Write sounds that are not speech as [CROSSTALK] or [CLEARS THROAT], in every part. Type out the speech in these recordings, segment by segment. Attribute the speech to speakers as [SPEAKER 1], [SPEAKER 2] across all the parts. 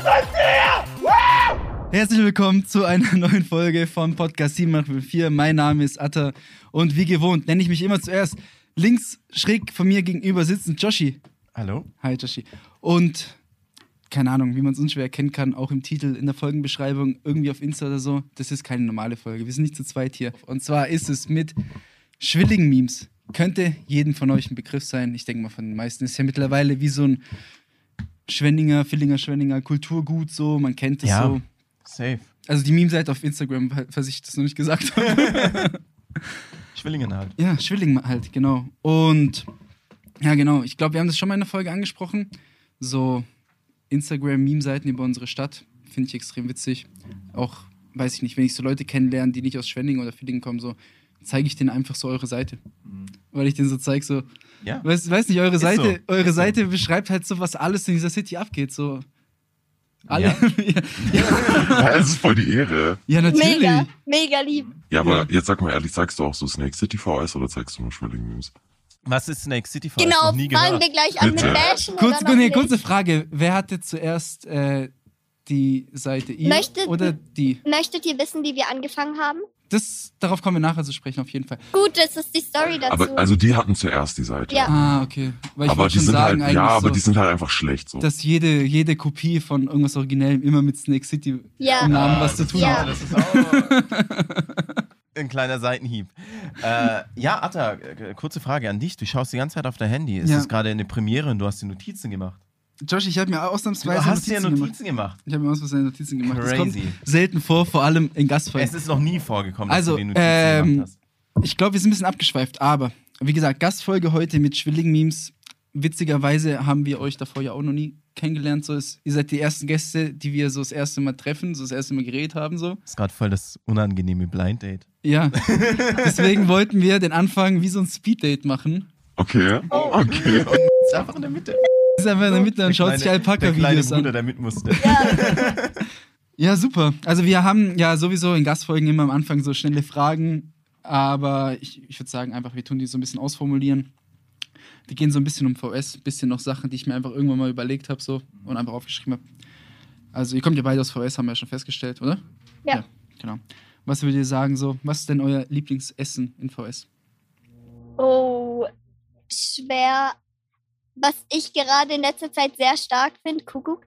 [SPEAKER 1] seid ihr? Wow!
[SPEAKER 2] Herzlich willkommen zu einer [LAUGHS] neuen Folge von Podcast 704. Mein Name ist Atta und wie gewohnt nenne ich mich immer zuerst. Links schräg von mir gegenüber sitzen Joshi.
[SPEAKER 3] Hallo?
[SPEAKER 2] Hi Joshi. Und keine Ahnung, wie man es unschwer erkennen kann, auch im Titel, in der Folgenbeschreibung, irgendwie auf Insta oder so. Das ist keine normale Folge. Wir sind nicht zu zweit hier. Und zwar ist es mit schwilligen Memes. Könnte jedem von euch ein Begriff sein. Ich denke mal, von den meisten ist ja mittlerweile wie so ein Schwenninger, Villinger, Schwenninger Kulturgut so. Man kennt es
[SPEAKER 3] Ja.
[SPEAKER 2] so.
[SPEAKER 3] Safe.
[SPEAKER 2] Also die Meme-Seite auf Instagram, falls ich das noch nicht gesagt habe. [LAUGHS]
[SPEAKER 3] Schwillingen halt.
[SPEAKER 2] Ja, Schwilling halt, genau. Und ja, genau. Ich glaube, wir haben das schon mal in der Folge angesprochen. So Instagram-Meme-Seiten über unsere Stadt finde ich extrem witzig. Auch, weiß ich nicht, wenn ich so Leute kennenlerne, die nicht aus Schwenning oder Villingen kommen, so zeige ich denen einfach so eure Seite. Weil ich denen so zeige, so,
[SPEAKER 3] Ja.
[SPEAKER 2] weiß, weiß nicht, eure Seite,
[SPEAKER 3] so,
[SPEAKER 2] eure
[SPEAKER 3] Mhm. ist so.
[SPEAKER 2] Seite beschreibt halt so, was alles in dieser City abgeht. So. Alle.
[SPEAKER 3] Ja.
[SPEAKER 2] [LAUGHS] Ja,
[SPEAKER 1] Ja, das ist voll die Ehre.
[SPEAKER 2] natürlich.
[SPEAKER 4] Mega, mega lieb.
[SPEAKER 1] Ja, aber jetzt sag mal ehrlich, sagst du auch so Snake City VS oder zeigst du nur Schwilling Memes?
[SPEAKER 3] Was ist Snake City Fall?
[SPEAKER 4] Genau,
[SPEAKER 3] Noch nie
[SPEAKER 4] fangen
[SPEAKER 3] gehört.
[SPEAKER 4] wir gleich an mit
[SPEAKER 1] Bitte.
[SPEAKER 4] Bashen.
[SPEAKER 2] Kurz,
[SPEAKER 4] oder noch
[SPEAKER 2] nee,
[SPEAKER 4] nicht?
[SPEAKER 2] kurze Frage. Wer hatte zuerst äh, die Seite? Ihr
[SPEAKER 4] Möchtet-
[SPEAKER 2] oder die?
[SPEAKER 4] Möchtet ihr wissen, wie wir angefangen haben?
[SPEAKER 2] Das, darauf kommen wir nachher zu sprechen, auf jeden Fall.
[SPEAKER 4] Gut, das ist die Story dazu.
[SPEAKER 1] Aber also die hatten zuerst die Seite.
[SPEAKER 4] Ja.
[SPEAKER 2] Ah, okay. Weil ich
[SPEAKER 1] aber
[SPEAKER 2] wollte
[SPEAKER 1] die
[SPEAKER 2] schon
[SPEAKER 1] sind
[SPEAKER 2] sagen,
[SPEAKER 1] halt,
[SPEAKER 2] eigentlich
[SPEAKER 1] ja, aber
[SPEAKER 2] so,
[SPEAKER 1] die sind halt einfach schlecht so.
[SPEAKER 2] dass jede, jede Kopie von irgendwas Originellem immer mit Snake City äh,
[SPEAKER 4] Ja.
[SPEAKER 2] im Namen was zu tun
[SPEAKER 4] Ja.
[SPEAKER 2] hat.
[SPEAKER 3] Das ist auch [LAUGHS] ein kleiner Seitenhieb. Äh, ja, Atta, äh, kurze Frage an dich. Du schaust die ganze Zeit auf dein Handy. Es
[SPEAKER 2] Ja.
[SPEAKER 3] ist gerade eine Premiere und du hast dir Notizen gemacht.
[SPEAKER 2] Josh, ich habe mir
[SPEAKER 3] Du
[SPEAKER 2] ausnahmsweise
[SPEAKER 3] hast dir
[SPEAKER 2] Notizen gemacht.
[SPEAKER 3] Notizen gemacht.
[SPEAKER 2] Ich habe mir ausnahmsweise Notizen gemacht. Das kommt
[SPEAKER 3] Crazy.
[SPEAKER 2] selten vor, vor allem in
[SPEAKER 3] Es
[SPEAKER 2] Gastfolgen.
[SPEAKER 3] ist noch nie vorgekommen, dass
[SPEAKER 2] Also,
[SPEAKER 3] du dir Notizen
[SPEAKER 2] ähm,
[SPEAKER 3] gemacht hast.
[SPEAKER 2] Ich glaube, wir sind ein bisschen abgeschweift, aber wie gesagt, Gastfolge heute mit Schwilling-Memes. Witzigerweise haben wir euch davor ja auch noch nie kennengelernt. So ist, ihr seid die ersten Gäste, die wir so das erste Mal treffen, so das erste Mal geredet haben. So.
[SPEAKER 3] Ist gerade voll das unangenehme
[SPEAKER 2] [LAUGHS]
[SPEAKER 3] Blind Date. [LAUGHS]
[SPEAKER 2] Ja, deswegen wollten wir den Anfang wie so ein Speeddate machen.
[SPEAKER 1] Okay.
[SPEAKER 4] Oh.
[SPEAKER 1] Okay.
[SPEAKER 3] Ist einfach in der Mitte.
[SPEAKER 2] Ist einfach in der Mitte und schaut sich
[SPEAKER 3] Der kleine
[SPEAKER 2] Alpaka-Videos
[SPEAKER 3] Bruder,
[SPEAKER 2] an.
[SPEAKER 3] der mit musste.
[SPEAKER 2] Ja, super. Also wir haben ja sowieso in Gastfolgen immer am Anfang so schnelle Fragen, aber ich, ich würde sagen einfach, wir tun die so ein bisschen ausformulieren. Die gehen so ein bisschen um VS, ein bisschen noch Sachen, die ich mir einfach irgendwann mal überlegt habe so und einfach aufgeschrieben habe. Also ihr kommt ja beide aus VS, haben wir ja schon festgestellt, oder?
[SPEAKER 4] Ja.
[SPEAKER 2] genau. Was würdet ihr sagen so, was ist denn euer Lieblingsessen in VS?
[SPEAKER 4] Oh, schwer. Was ich gerade in letzter Zeit sehr stark finde, Kuckuck.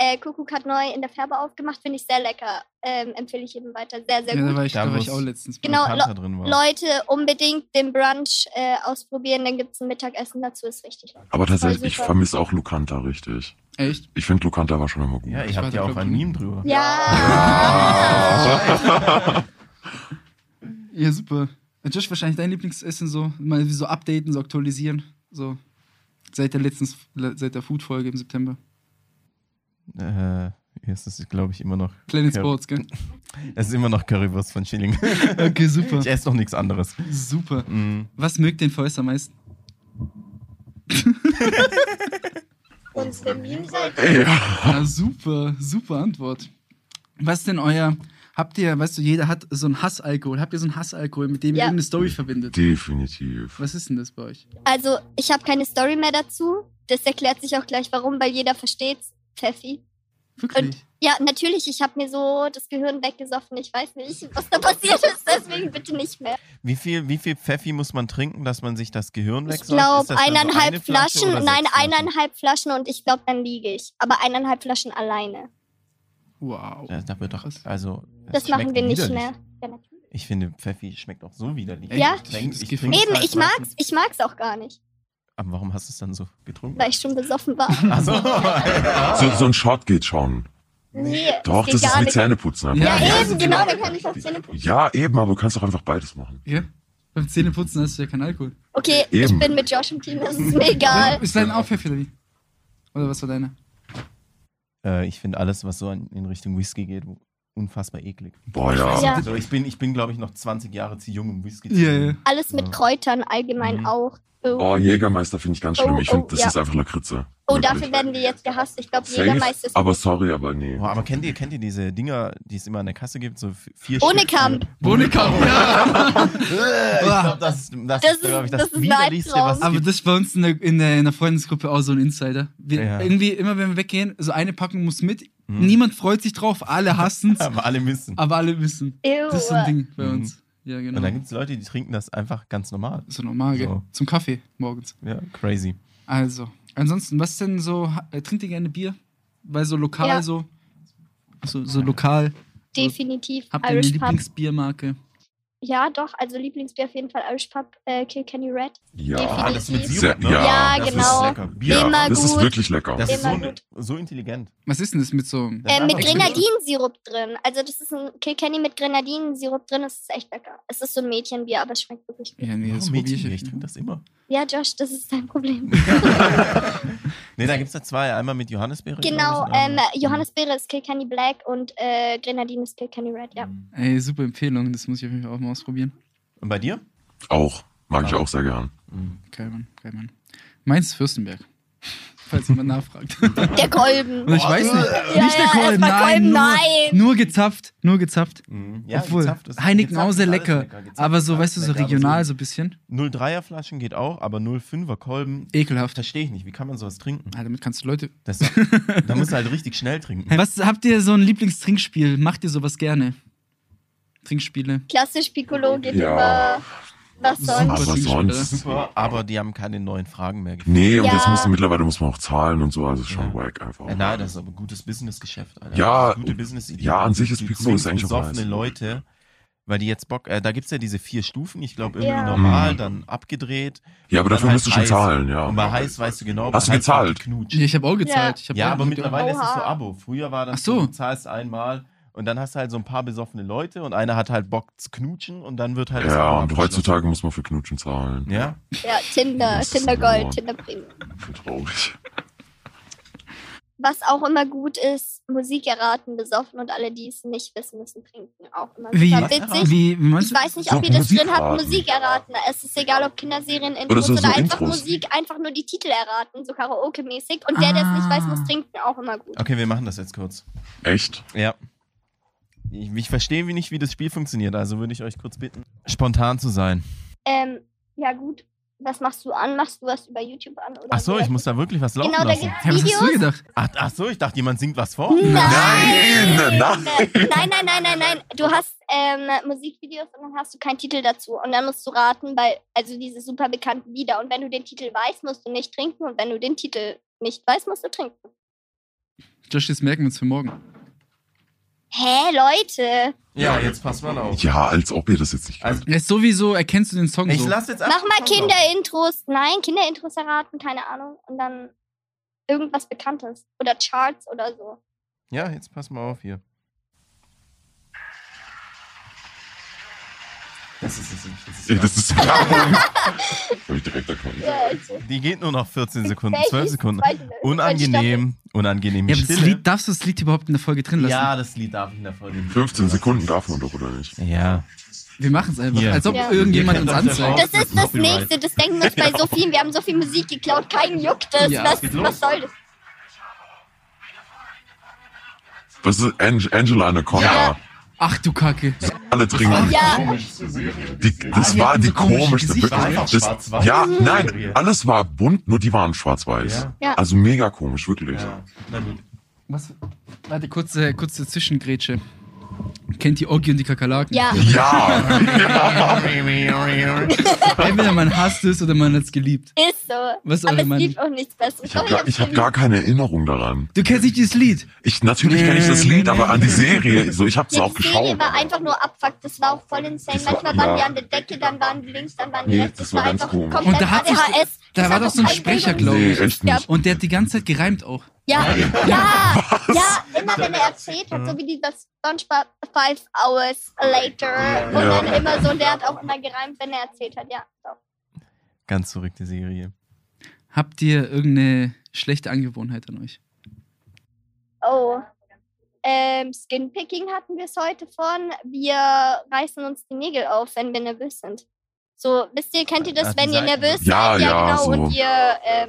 [SPEAKER 4] Äh, Kuckuck hat neu in der Färbe aufgemacht, finde ich sehr lecker. Ähm, empfehle ich jedem weiter. Sehr, sehr
[SPEAKER 2] ja, da
[SPEAKER 4] gut.
[SPEAKER 2] war ich,
[SPEAKER 3] Da
[SPEAKER 2] da war ich
[SPEAKER 3] muss-
[SPEAKER 2] auch letztens.
[SPEAKER 4] Genau,
[SPEAKER 3] Panther drin war.
[SPEAKER 4] Leute, unbedingt den Brunch äh, ausprobieren, dann gibt es ein Mittagessen dazu, ist richtig lecker.
[SPEAKER 1] Aber tatsächlich, ich
[SPEAKER 4] super.
[SPEAKER 1] vermisse auch Lucanta richtig.
[SPEAKER 2] Echt?
[SPEAKER 1] Ich finde Lucanta war schon immer gut.
[SPEAKER 3] Ja,
[SPEAKER 2] Ich
[SPEAKER 3] ihr
[SPEAKER 2] weiß,
[SPEAKER 3] habt ja
[SPEAKER 2] ich
[SPEAKER 3] auch
[SPEAKER 2] glaub,
[SPEAKER 3] ein
[SPEAKER 2] die-
[SPEAKER 3] Meme drüber.
[SPEAKER 4] Ja!
[SPEAKER 2] Ja, super. Äh, Josh, wahrscheinlich dein Lieblingsessen so, mal so updaten, so aktualisieren, so seit der letzten, le- seit der Food-Folge im September.
[SPEAKER 3] Äh, jetzt ist es, glaube ich, immer noch.
[SPEAKER 2] Planet
[SPEAKER 3] Curry-
[SPEAKER 2] Sports, gell?
[SPEAKER 3] Es ist immer noch Currywurst von Schilling.
[SPEAKER 2] [LAUGHS] Okay, super.
[SPEAKER 3] Ich esse noch nichts anderes.
[SPEAKER 2] Super.
[SPEAKER 3] Mm.
[SPEAKER 2] Was mögt den Fäust am meisten?
[SPEAKER 4] Unsere Meme-Seite.
[SPEAKER 1] Ja.
[SPEAKER 2] Ja, super, super Antwort. Was denn euer, habt ihr, weißt du, jeder hat so einen Hassalkohol, habt ihr so einen Hassalkohol, mit dem ihr
[SPEAKER 4] Ja.
[SPEAKER 2] irgendeine Story verbindet?
[SPEAKER 1] Definitiv.
[SPEAKER 2] Was ist denn das bei euch?
[SPEAKER 4] Also, ich habe keine Story mehr dazu. Das erklärt sich auch gleich, warum, weil jeder versteht's. Pfeffi.
[SPEAKER 2] Wirklich?
[SPEAKER 4] Ja, natürlich, ich habe mir so das Gehirn weggesoffen. Ich weiß nicht, was da passiert ist, deswegen bitte nicht mehr.
[SPEAKER 3] Wie viel, wie viel Pfeffi muss man trinken, dass man sich das Gehirn
[SPEAKER 4] Ich
[SPEAKER 3] wechselt?
[SPEAKER 4] glaube, eineinhalb Flaschen. nein, eineinhalb Flaschen und ich glaube, dann liege ich. Aber eineinhalb Flaschen alleine.
[SPEAKER 2] Wow.
[SPEAKER 3] Da, da wird doch,
[SPEAKER 2] Krass.
[SPEAKER 3] also,
[SPEAKER 4] Das,
[SPEAKER 3] es
[SPEAKER 4] machen
[SPEAKER 3] schmeckt
[SPEAKER 4] wir nicht
[SPEAKER 3] widerlich.
[SPEAKER 4] mehr. Ja, natürlich.
[SPEAKER 3] Ich finde, Pfeffi schmeckt auch so widerlich.
[SPEAKER 2] Echt?
[SPEAKER 4] Ja.
[SPEAKER 3] Ich trinke-
[SPEAKER 2] Das
[SPEAKER 3] ich
[SPEAKER 2] Gefühl-
[SPEAKER 3] trinke
[SPEAKER 4] Eben,
[SPEAKER 3] es halt
[SPEAKER 4] ich
[SPEAKER 3] meistens.
[SPEAKER 4] mag's, ich mag's auch gar nicht,
[SPEAKER 3] Aber warum hast du es dann so getrunken?
[SPEAKER 4] weil ich schon besoffen war.
[SPEAKER 3] Achso.
[SPEAKER 2] Ah.
[SPEAKER 1] So, so ein Shot geht schon.
[SPEAKER 4] Nee,
[SPEAKER 1] Doch,
[SPEAKER 4] geht
[SPEAKER 1] das ist
[SPEAKER 4] gar
[SPEAKER 1] wie
[SPEAKER 4] nicht.
[SPEAKER 1] Zähneputzen. einfach.
[SPEAKER 2] Ja,
[SPEAKER 4] Ja, eben, genau, dann kann ich auf Zähne putzen.
[SPEAKER 1] Ja, eben, aber du kannst doch einfach beides machen.
[SPEAKER 2] Ja? Beim Zähneputzen hast du ja keinen Alkohol.
[SPEAKER 4] Okay,
[SPEAKER 1] Eben.
[SPEAKER 4] ich bin mit Josh im Team, das ist mir egal.
[SPEAKER 2] Ist dein auch Pfeffi oder wie? Oder was war deiner?
[SPEAKER 3] [LAUGHS] äh, ich finde alles, was so in, in Richtung Whisky geht, unfassbar eklig.
[SPEAKER 1] Boah, ja.
[SPEAKER 4] Ja.
[SPEAKER 3] Also ich bin, ich bin glaube ich, noch 20 Jahre zu jung, um Whisky zu
[SPEAKER 2] Ja, ja.
[SPEAKER 3] trinken.
[SPEAKER 4] Alles mit Kräutern allgemein
[SPEAKER 3] Mhm.
[SPEAKER 4] auch. Oh,
[SPEAKER 1] Oh, Jägermeister finde ich ganz schlimm. Ich
[SPEAKER 4] Oh, oh,
[SPEAKER 1] finde, das
[SPEAKER 4] ja.
[SPEAKER 1] ist einfach Lakritze.
[SPEAKER 4] oh
[SPEAKER 1] Wirklich.
[SPEAKER 4] dafür werden wir jetzt gehasst. Ich glaube,
[SPEAKER 1] Safe,
[SPEAKER 4] Jägermeister ist
[SPEAKER 1] aber sorry, aber nee.
[SPEAKER 3] Boah, aber kennt ihr, kennt ihr diese Dinger, die es immer an der Kasse gibt? So v- vier
[SPEAKER 4] ohne
[SPEAKER 3] Stück? Äh,
[SPEAKER 4] Kampf.
[SPEAKER 2] [LAUGHS] Bohnenkamm,
[SPEAKER 3] Ich glaube, das, ist- das,
[SPEAKER 4] Das
[SPEAKER 3] ist, glaub ich,
[SPEAKER 4] ist-
[SPEAKER 3] das,
[SPEAKER 4] das ist
[SPEAKER 3] widerlichste,
[SPEAKER 4] Leidtraum.
[SPEAKER 3] was es
[SPEAKER 2] Ah. Aber
[SPEAKER 3] gibt.
[SPEAKER 2] das ist bei uns in der, in der, in der Freundesgruppe auch so ein Insider. Wir,
[SPEAKER 3] Ja.
[SPEAKER 2] Irgendwie immer, wenn wir weggehen, so eine Packung muss mit.
[SPEAKER 3] Hm.
[SPEAKER 2] Niemand freut sich drauf, alle hassen es,
[SPEAKER 3] Aber alle müssen.
[SPEAKER 2] aber alle wissen.
[SPEAKER 4] Ew.
[SPEAKER 2] Das ist so ein Ding also bei
[SPEAKER 3] Mhm.
[SPEAKER 2] uns. Ja, genau.
[SPEAKER 3] Und dann gibt es Leute, die trinken das einfach ganz normal.
[SPEAKER 2] so normal, gell?
[SPEAKER 3] So.
[SPEAKER 2] Zum Kaffee morgens.
[SPEAKER 3] Ja, crazy.
[SPEAKER 2] Also, ansonsten, was denn so, ha- äh, trinkt ihr gerne Bier? Weil so lokal
[SPEAKER 4] Ja.
[SPEAKER 2] so, so, so lokal,
[SPEAKER 4] Definitiv
[SPEAKER 2] habt ihr eine
[SPEAKER 4] Irish Pub.
[SPEAKER 2] Lieblingsbiermarke?
[SPEAKER 4] Ja, doch, also Lieblingsbier auf jeden Fall Irish Pub, äh, Kilkenny Red.
[SPEAKER 1] Ja,
[SPEAKER 4] Definitiv.
[SPEAKER 1] das,
[SPEAKER 3] das mit
[SPEAKER 1] Sehr-
[SPEAKER 3] Sirup, ne?
[SPEAKER 1] ja.
[SPEAKER 4] Ja,
[SPEAKER 3] das
[SPEAKER 4] genau.
[SPEAKER 3] Ist lecker. Bier.
[SPEAKER 1] ja,
[SPEAKER 4] Immer
[SPEAKER 1] das ist
[SPEAKER 4] gut.
[SPEAKER 1] wirklich lecker.
[SPEAKER 3] Das ist so,
[SPEAKER 4] Immer
[SPEAKER 3] ne-
[SPEAKER 4] gut.
[SPEAKER 3] so intelligent.
[SPEAKER 2] Was ist denn das mit so,
[SPEAKER 3] Das ist
[SPEAKER 4] Äh, mit
[SPEAKER 3] einfach gut.
[SPEAKER 4] Grenadinsirup drin. Also das ist ein Kilkenny mit Grenadinsirup drin. Das ist echt lecker. Es ist so ein Mädchenbier, aber es schmeckt wirklich gut.
[SPEAKER 2] ja, nee, das
[SPEAKER 3] Warum
[SPEAKER 2] probier ich
[SPEAKER 3] Mädchen, ich
[SPEAKER 2] jetzt.
[SPEAKER 3] trinke das immer.
[SPEAKER 4] Ja, Josh, das ist dein Problem.
[SPEAKER 3] Ne, da gibt es da zwei. Einmal mit Johannisbeere.
[SPEAKER 4] genau,
[SPEAKER 3] glaub ich, und
[SPEAKER 4] ähm,
[SPEAKER 3] einmal-
[SPEAKER 4] Johannisbeere ist Kilkenny Black und äh, Grenadine ist Kilkenny Red, ja.
[SPEAKER 2] Ey, super Empfehlung, das muss ich auf jeden Fall auch mal ausprobieren.
[SPEAKER 3] Und bei dir?
[SPEAKER 1] Auch. Mag ich
[SPEAKER 3] Ja.
[SPEAKER 1] auch sehr gern.
[SPEAKER 2] Geil, Mann, geil, Mann. Meins ist Fürstenberg, [LAUGHS] falls jemand
[SPEAKER 3] [LAUGHS]
[SPEAKER 2] nachfragt. Und
[SPEAKER 4] Der Kolben.
[SPEAKER 2] ich weiß
[SPEAKER 3] äh,
[SPEAKER 2] nicht,
[SPEAKER 4] Ja,
[SPEAKER 2] nicht der
[SPEAKER 4] ja,
[SPEAKER 2] Kolben,
[SPEAKER 4] erstmal
[SPEAKER 2] nein,
[SPEAKER 4] Kolben,
[SPEAKER 2] nur,
[SPEAKER 4] nein.
[SPEAKER 2] nur gezapft, nur gezapft.
[SPEAKER 3] Mhm. Ja,
[SPEAKER 2] Obwohl,
[SPEAKER 3] gezapft ist-
[SPEAKER 2] Heineken
[SPEAKER 3] gezapft
[SPEAKER 2] auch sehr
[SPEAKER 3] ist alles
[SPEAKER 2] lecker,
[SPEAKER 3] Gezapft
[SPEAKER 2] aber
[SPEAKER 3] ist
[SPEAKER 2] so,
[SPEAKER 3] alles
[SPEAKER 2] weißt du, so
[SPEAKER 3] lecker, aber
[SPEAKER 2] regional so ein bisschen.
[SPEAKER 3] 0,3er Flaschen geht auch, aber 0,5er Kolben
[SPEAKER 2] Ekelhaft.
[SPEAKER 3] verstehe ich nicht. Wie kann man sowas trinken?
[SPEAKER 2] Ah, damit kannst du Leute.
[SPEAKER 3] Das, [LAUGHS] da musst du halt richtig schnell trinken.
[SPEAKER 2] Hey, was habt ihr so ein Lieblingstrinkspiel? Macht ihr sowas gerne? Trinkspiele.
[SPEAKER 4] Klassisch Piccolo geht
[SPEAKER 1] Ja.
[SPEAKER 4] über was
[SPEAKER 1] Aber
[SPEAKER 4] sonst.
[SPEAKER 2] Super Trinkspiele.
[SPEAKER 1] sonst?
[SPEAKER 3] Super, aber die haben keine neuen Fragen mehr. gestellt.
[SPEAKER 1] Nee, und
[SPEAKER 4] Ja.
[SPEAKER 1] jetzt musst du mittlerweile muss man auch zahlen und so, also ist schon
[SPEAKER 3] Ja.
[SPEAKER 1] wack einfach.
[SPEAKER 3] Äh, nein, das ist aber ein gutes Businessgeschäft, Alter.
[SPEAKER 1] Ja,
[SPEAKER 3] Das ist eine gute Business-Idee.
[SPEAKER 1] ja, an sich ist
[SPEAKER 3] Du
[SPEAKER 1] Piccolo ist
[SPEAKER 3] zwingst
[SPEAKER 1] eigentlich auch
[SPEAKER 3] besoffene
[SPEAKER 1] nice.
[SPEAKER 3] Leute, weil die jetzt Bock, äh, da gibt es ja diese vier Stufen, ich glaube irgendwie
[SPEAKER 4] Ja.
[SPEAKER 3] normal,
[SPEAKER 1] Mhm.
[SPEAKER 3] dann abgedreht.
[SPEAKER 1] ja, aber
[SPEAKER 3] dann
[SPEAKER 1] dafür
[SPEAKER 3] halt
[SPEAKER 1] musst du schon
[SPEAKER 3] heiß.
[SPEAKER 1] zahlen, ja.
[SPEAKER 3] Und bei heiß weißt du genau,
[SPEAKER 1] Hast
[SPEAKER 3] bei
[SPEAKER 1] du
[SPEAKER 3] heiß wird
[SPEAKER 1] gezahlt?
[SPEAKER 3] geknutscht.
[SPEAKER 2] Ich habe auch gezahlt. Ich hab
[SPEAKER 3] Ja,
[SPEAKER 2] auch
[SPEAKER 3] aber mittlerweile ist es so
[SPEAKER 4] Oha.
[SPEAKER 3] Abo. Früher war das
[SPEAKER 2] Ach so.
[SPEAKER 3] du zahlst einmal und dann hast du halt so ein paar besoffene Leute und einer hat halt Bock zu knutschen und dann wird halt das
[SPEAKER 1] Ja,
[SPEAKER 3] Abo
[SPEAKER 1] und
[SPEAKER 3] abgeschlossen.
[SPEAKER 1] heutzutage muss man für Knutschen zahlen.
[SPEAKER 3] Ja,
[SPEAKER 4] Ja, Tinder,
[SPEAKER 1] Das ist
[SPEAKER 4] Tinder
[SPEAKER 1] so.
[SPEAKER 4] Gold, Tinder Premium.
[SPEAKER 1] Traurig.
[SPEAKER 4] Was auch immer gut ist, Musik erraten, besoffen und alle, die es nicht wissen, müssen trinken. Auch immer
[SPEAKER 2] Wie,
[SPEAKER 4] super
[SPEAKER 3] erraten?
[SPEAKER 4] witzig.
[SPEAKER 2] wie, wie meinst
[SPEAKER 4] Ich
[SPEAKER 2] du?
[SPEAKER 4] weiß nicht,
[SPEAKER 1] Doch,
[SPEAKER 4] ob ihr das
[SPEAKER 1] Musik
[SPEAKER 4] drin habt,
[SPEAKER 1] erraten.
[SPEAKER 4] Musik erraten. Es ist egal, ob Kinderserien,
[SPEAKER 1] Oder
[SPEAKER 4] Intros
[SPEAKER 1] so-
[SPEAKER 4] oder,
[SPEAKER 1] so
[SPEAKER 4] einfach
[SPEAKER 1] Intros.
[SPEAKER 4] Musik, einfach nur die Titel erraten, so Karaoke-mäßig. Und der, der es nicht weiß,
[SPEAKER 2] Ah.
[SPEAKER 4] muss trinken, auch immer gut.
[SPEAKER 3] okay, wir machen das jetzt kurz.
[SPEAKER 1] Echt?
[SPEAKER 3] Ja. Ich, ich verstehe wie nicht, wie das Spiel funktioniert, also würde ich euch kurz bitten, spontan zu sein.
[SPEAKER 4] Ähm, ja, gut. Was machst du an? Machst du was über YouTube an? Oder
[SPEAKER 3] Ach so,
[SPEAKER 4] so?
[SPEAKER 3] ich muss da wirklich was laufen
[SPEAKER 4] Genau, da
[SPEAKER 3] lassen.
[SPEAKER 4] gibt's
[SPEAKER 2] Hä, was hast du
[SPEAKER 4] Videos.
[SPEAKER 2] gedacht?
[SPEAKER 3] Ach, ach so, ich dachte, jemand singt was vor.
[SPEAKER 1] Nein!
[SPEAKER 4] Nein, nein, nein, nein, nein. Du hast ähm, Musikvideos und dann hast du keinen Titel dazu. Und dann musst du raten bei, also diese super bekannten Lieder. Und wenn du den Titel weißt, musst du nicht trinken. Und wenn du den Titel nicht weißt, musst du trinken.
[SPEAKER 2] Josh, das merken wir uns für morgen.
[SPEAKER 4] Hä, Leute?
[SPEAKER 3] Ja, jetzt passt mal auf.
[SPEAKER 1] Ja, als ob ihr das jetzt nicht
[SPEAKER 3] Genau. Also,
[SPEAKER 1] kennt.
[SPEAKER 2] Ja, ist sowieso erkennst du den Song
[SPEAKER 3] ich
[SPEAKER 2] so.
[SPEAKER 3] lasse jetzt
[SPEAKER 4] Mach
[SPEAKER 3] einfach
[SPEAKER 4] mal
[SPEAKER 3] den Song laufen.
[SPEAKER 4] Kinderintros. Nein, Kinderintros erraten, keine Ahnung. Und dann irgendwas Bekanntes. Oder Charts oder so.
[SPEAKER 3] Ja, jetzt pass mal auf hier. Das ist es nicht. Das ist
[SPEAKER 1] Ey,
[SPEAKER 3] es
[SPEAKER 1] das ist Werbung. Hab ich direkt erkannt.
[SPEAKER 4] Ja, also,
[SPEAKER 3] nicht. Die geht nur noch 14 Sekunden,
[SPEAKER 4] welches
[SPEAKER 3] 12 Sekunden.
[SPEAKER 4] zweite- Äh, zweite
[SPEAKER 3] Unangenehm, unangenehme
[SPEAKER 2] Ja, aber das
[SPEAKER 3] Stille.
[SPEAKER 2] Lied, darfst du das Lied überhaupt in der Folge drin lassen?
[SPEAKER 3] ja, das Lied darf ich in der Folge. nicht.
[SPEAKER 1] 15 Sekunden darf man doch, oder nicht?
[SPEAKER 3] Ja.
[SPEAKER 2] Wir machen es einfach,
[SPEAKER 3] Hier.
[SPEAKER 2] als ob
[SPEAKER 4] Ja.
[SPEAKER 2] irgendjemand
[SPEAKER 3] Ihr
[SPEAKER 2] uns
[SPEAKER 3] kennt das ja
[SPEAKER 2] anzeigt.
[SPEAKER 4] Das ist das
[SPEAKER 3] Copyright.
[SPEAKER 4] nächste. Das denken wir
[SPEAKER 1] [LAUGHS]
[SPEAKER 4] uns bei so vielen. Wir haben so viel Musik geklaut. Keinen juckt es.
[SPEAKER 2] Ja,
[SPEAKER 4] was,
[SPEAKER 3] geht los.
[SPEAKER 4] was soll das?
[SPEAKER 1] Das ist Ang Angela Anaconda.
[SPEAKER 2] Ach du Kacke.
[SPEAKER 1] Alle trinken.
[SPEAKER 4] Ja,
[SPEAKER 1] Die, das
[SPEAKER 2] die
[SPEAKER 1] war
[SPEAKER 2] hatten
[SPEAKER 1] die
[SPEAKER 2] so komische
[SPEAKER 1] komischste.
[SPEAKER 2] Gesichter.
[SPEAKER 1] wirklich.
[SPEAKER 3] Einfach
[SPEAKER 1] Das,
[SPEAKER 3] schwarz-weiß.
[SPEAKER 1] ja,
[SPEAKER 3] Mhm.
[SPEAKER 1] nein, alles war bunt, nur die waren schwarz-weiß.
[SPEAKER 3] Ja.
[SPEAKER 4] Ja.
[SPEAKER 1] Also mega komisch, wirklich.
[SPEAKER 3] ja. Na gut. [LAUGHS]
[SPEAKER 2] Was? Warte, kurze, kurze Zwischengrätsche. Kennt die Oggi und die Kakerlaken?
[SPEAKER 4] ja.
[SPEAKER 2] [LAUGHS]
[SPEAKER 1] Ja,
[SPEAKER 2] Entweder man hasst es oder man hat es geliebt.
[SPEAKER 4] Ist so.
[SPEAKER 2] Was
[SPEAKER 4] Aber
[SPEAKER 2] eure
[SPEAKER 4] es
[SPEAKER 2] Meinung?
[SPEAKER 4] gibt auch nichts Besseres.
[SPEAKER 1] ich habe gar, ich hab gar keine Erinnerung daran.
[SPEAKER 2] Du kennst nicht dieses Lied.
[SPEAKER 1] Ich, natürlich kenne ich das Lied, aber an die Serie, so, ich habe es
[SPEAKER 4] ja,
[SPEAKER 1] auch
[SPEAKER 4] die Serie
[SPEAKER 1] geschaut.
[SPEAKER 4] war einfach nur Abfuck. Das war auch voll insane.
[SPEAKER 1] Das war-
[SPEAKER 4] Manchmal waren
[SPEAKER 1] ja.
[SPEAKER 4] wir an der Decke, dann waren wir links, dann waren wir
[SPEAKER 1] Nee,
[SPEAKER 4] rechts.
[SPEAKER 1] das war ganz
[SPEAKER 4] einfach
[SPEAKER 1] komisch.
[SPEAKER 4] komplett
[SPEAKER 2] Und da hat sich-
[SPEAKER 4] ADHS.
[SPEAKER 2] da
[SPEAKER 4] Das
[SPEAKER 2] war
[SPEAKER 4] hat
[SPEAKER 2] doch so ein
[SPEAKER 4] keinen
[SPEAKER 2] Sprecher,
[SPEAKER 4] Bildungs-
[SPEAKER 2] glaub
[SPEAKER 1] Nee, echt
[SPEAKER 4] Ja,
[SPEAKER 1] nicht.
[SPEAKER 2] Und der hat die ganze Zeit gereimt auch.
[SPEAKER 4] ja, ja, ja, immer wenn er erzählt hat, so wie dieses SpongeBob Five Hours Later. Und
[SPEAKER 1] Ja.
[SPEAKER 4] dann immer so, und der hat auch immer gereimt, wenn er erzählt hat. Ja, doch.
[SPEAKER 3] Ganz zurück die Serie.
[SPEAKER 2] Habt ihr irgendeine schlechte Angewohnheit an euch?
[SPEAKER 4] Oh. Ähm, Skinpicking hatten wir es heute von. Wir reißen uns die Nägel auf, wenn wir nervös sind. So, wisst ihr, kennt ihr das,
[SPEAKER 3] Ach, die
[SPEAKER 4] wenn ihr
[SPEAKER 3] Seiten.
[SPEAKER 4] nervös
[SPEAKER 1] Ja,
[SPEAKER 4] seid?
[SPEAKER 1] ja,
[SPEAKER 4] genau.
[SPEAKER 1] so.
[SPEAKER 4] Und ihr ähm,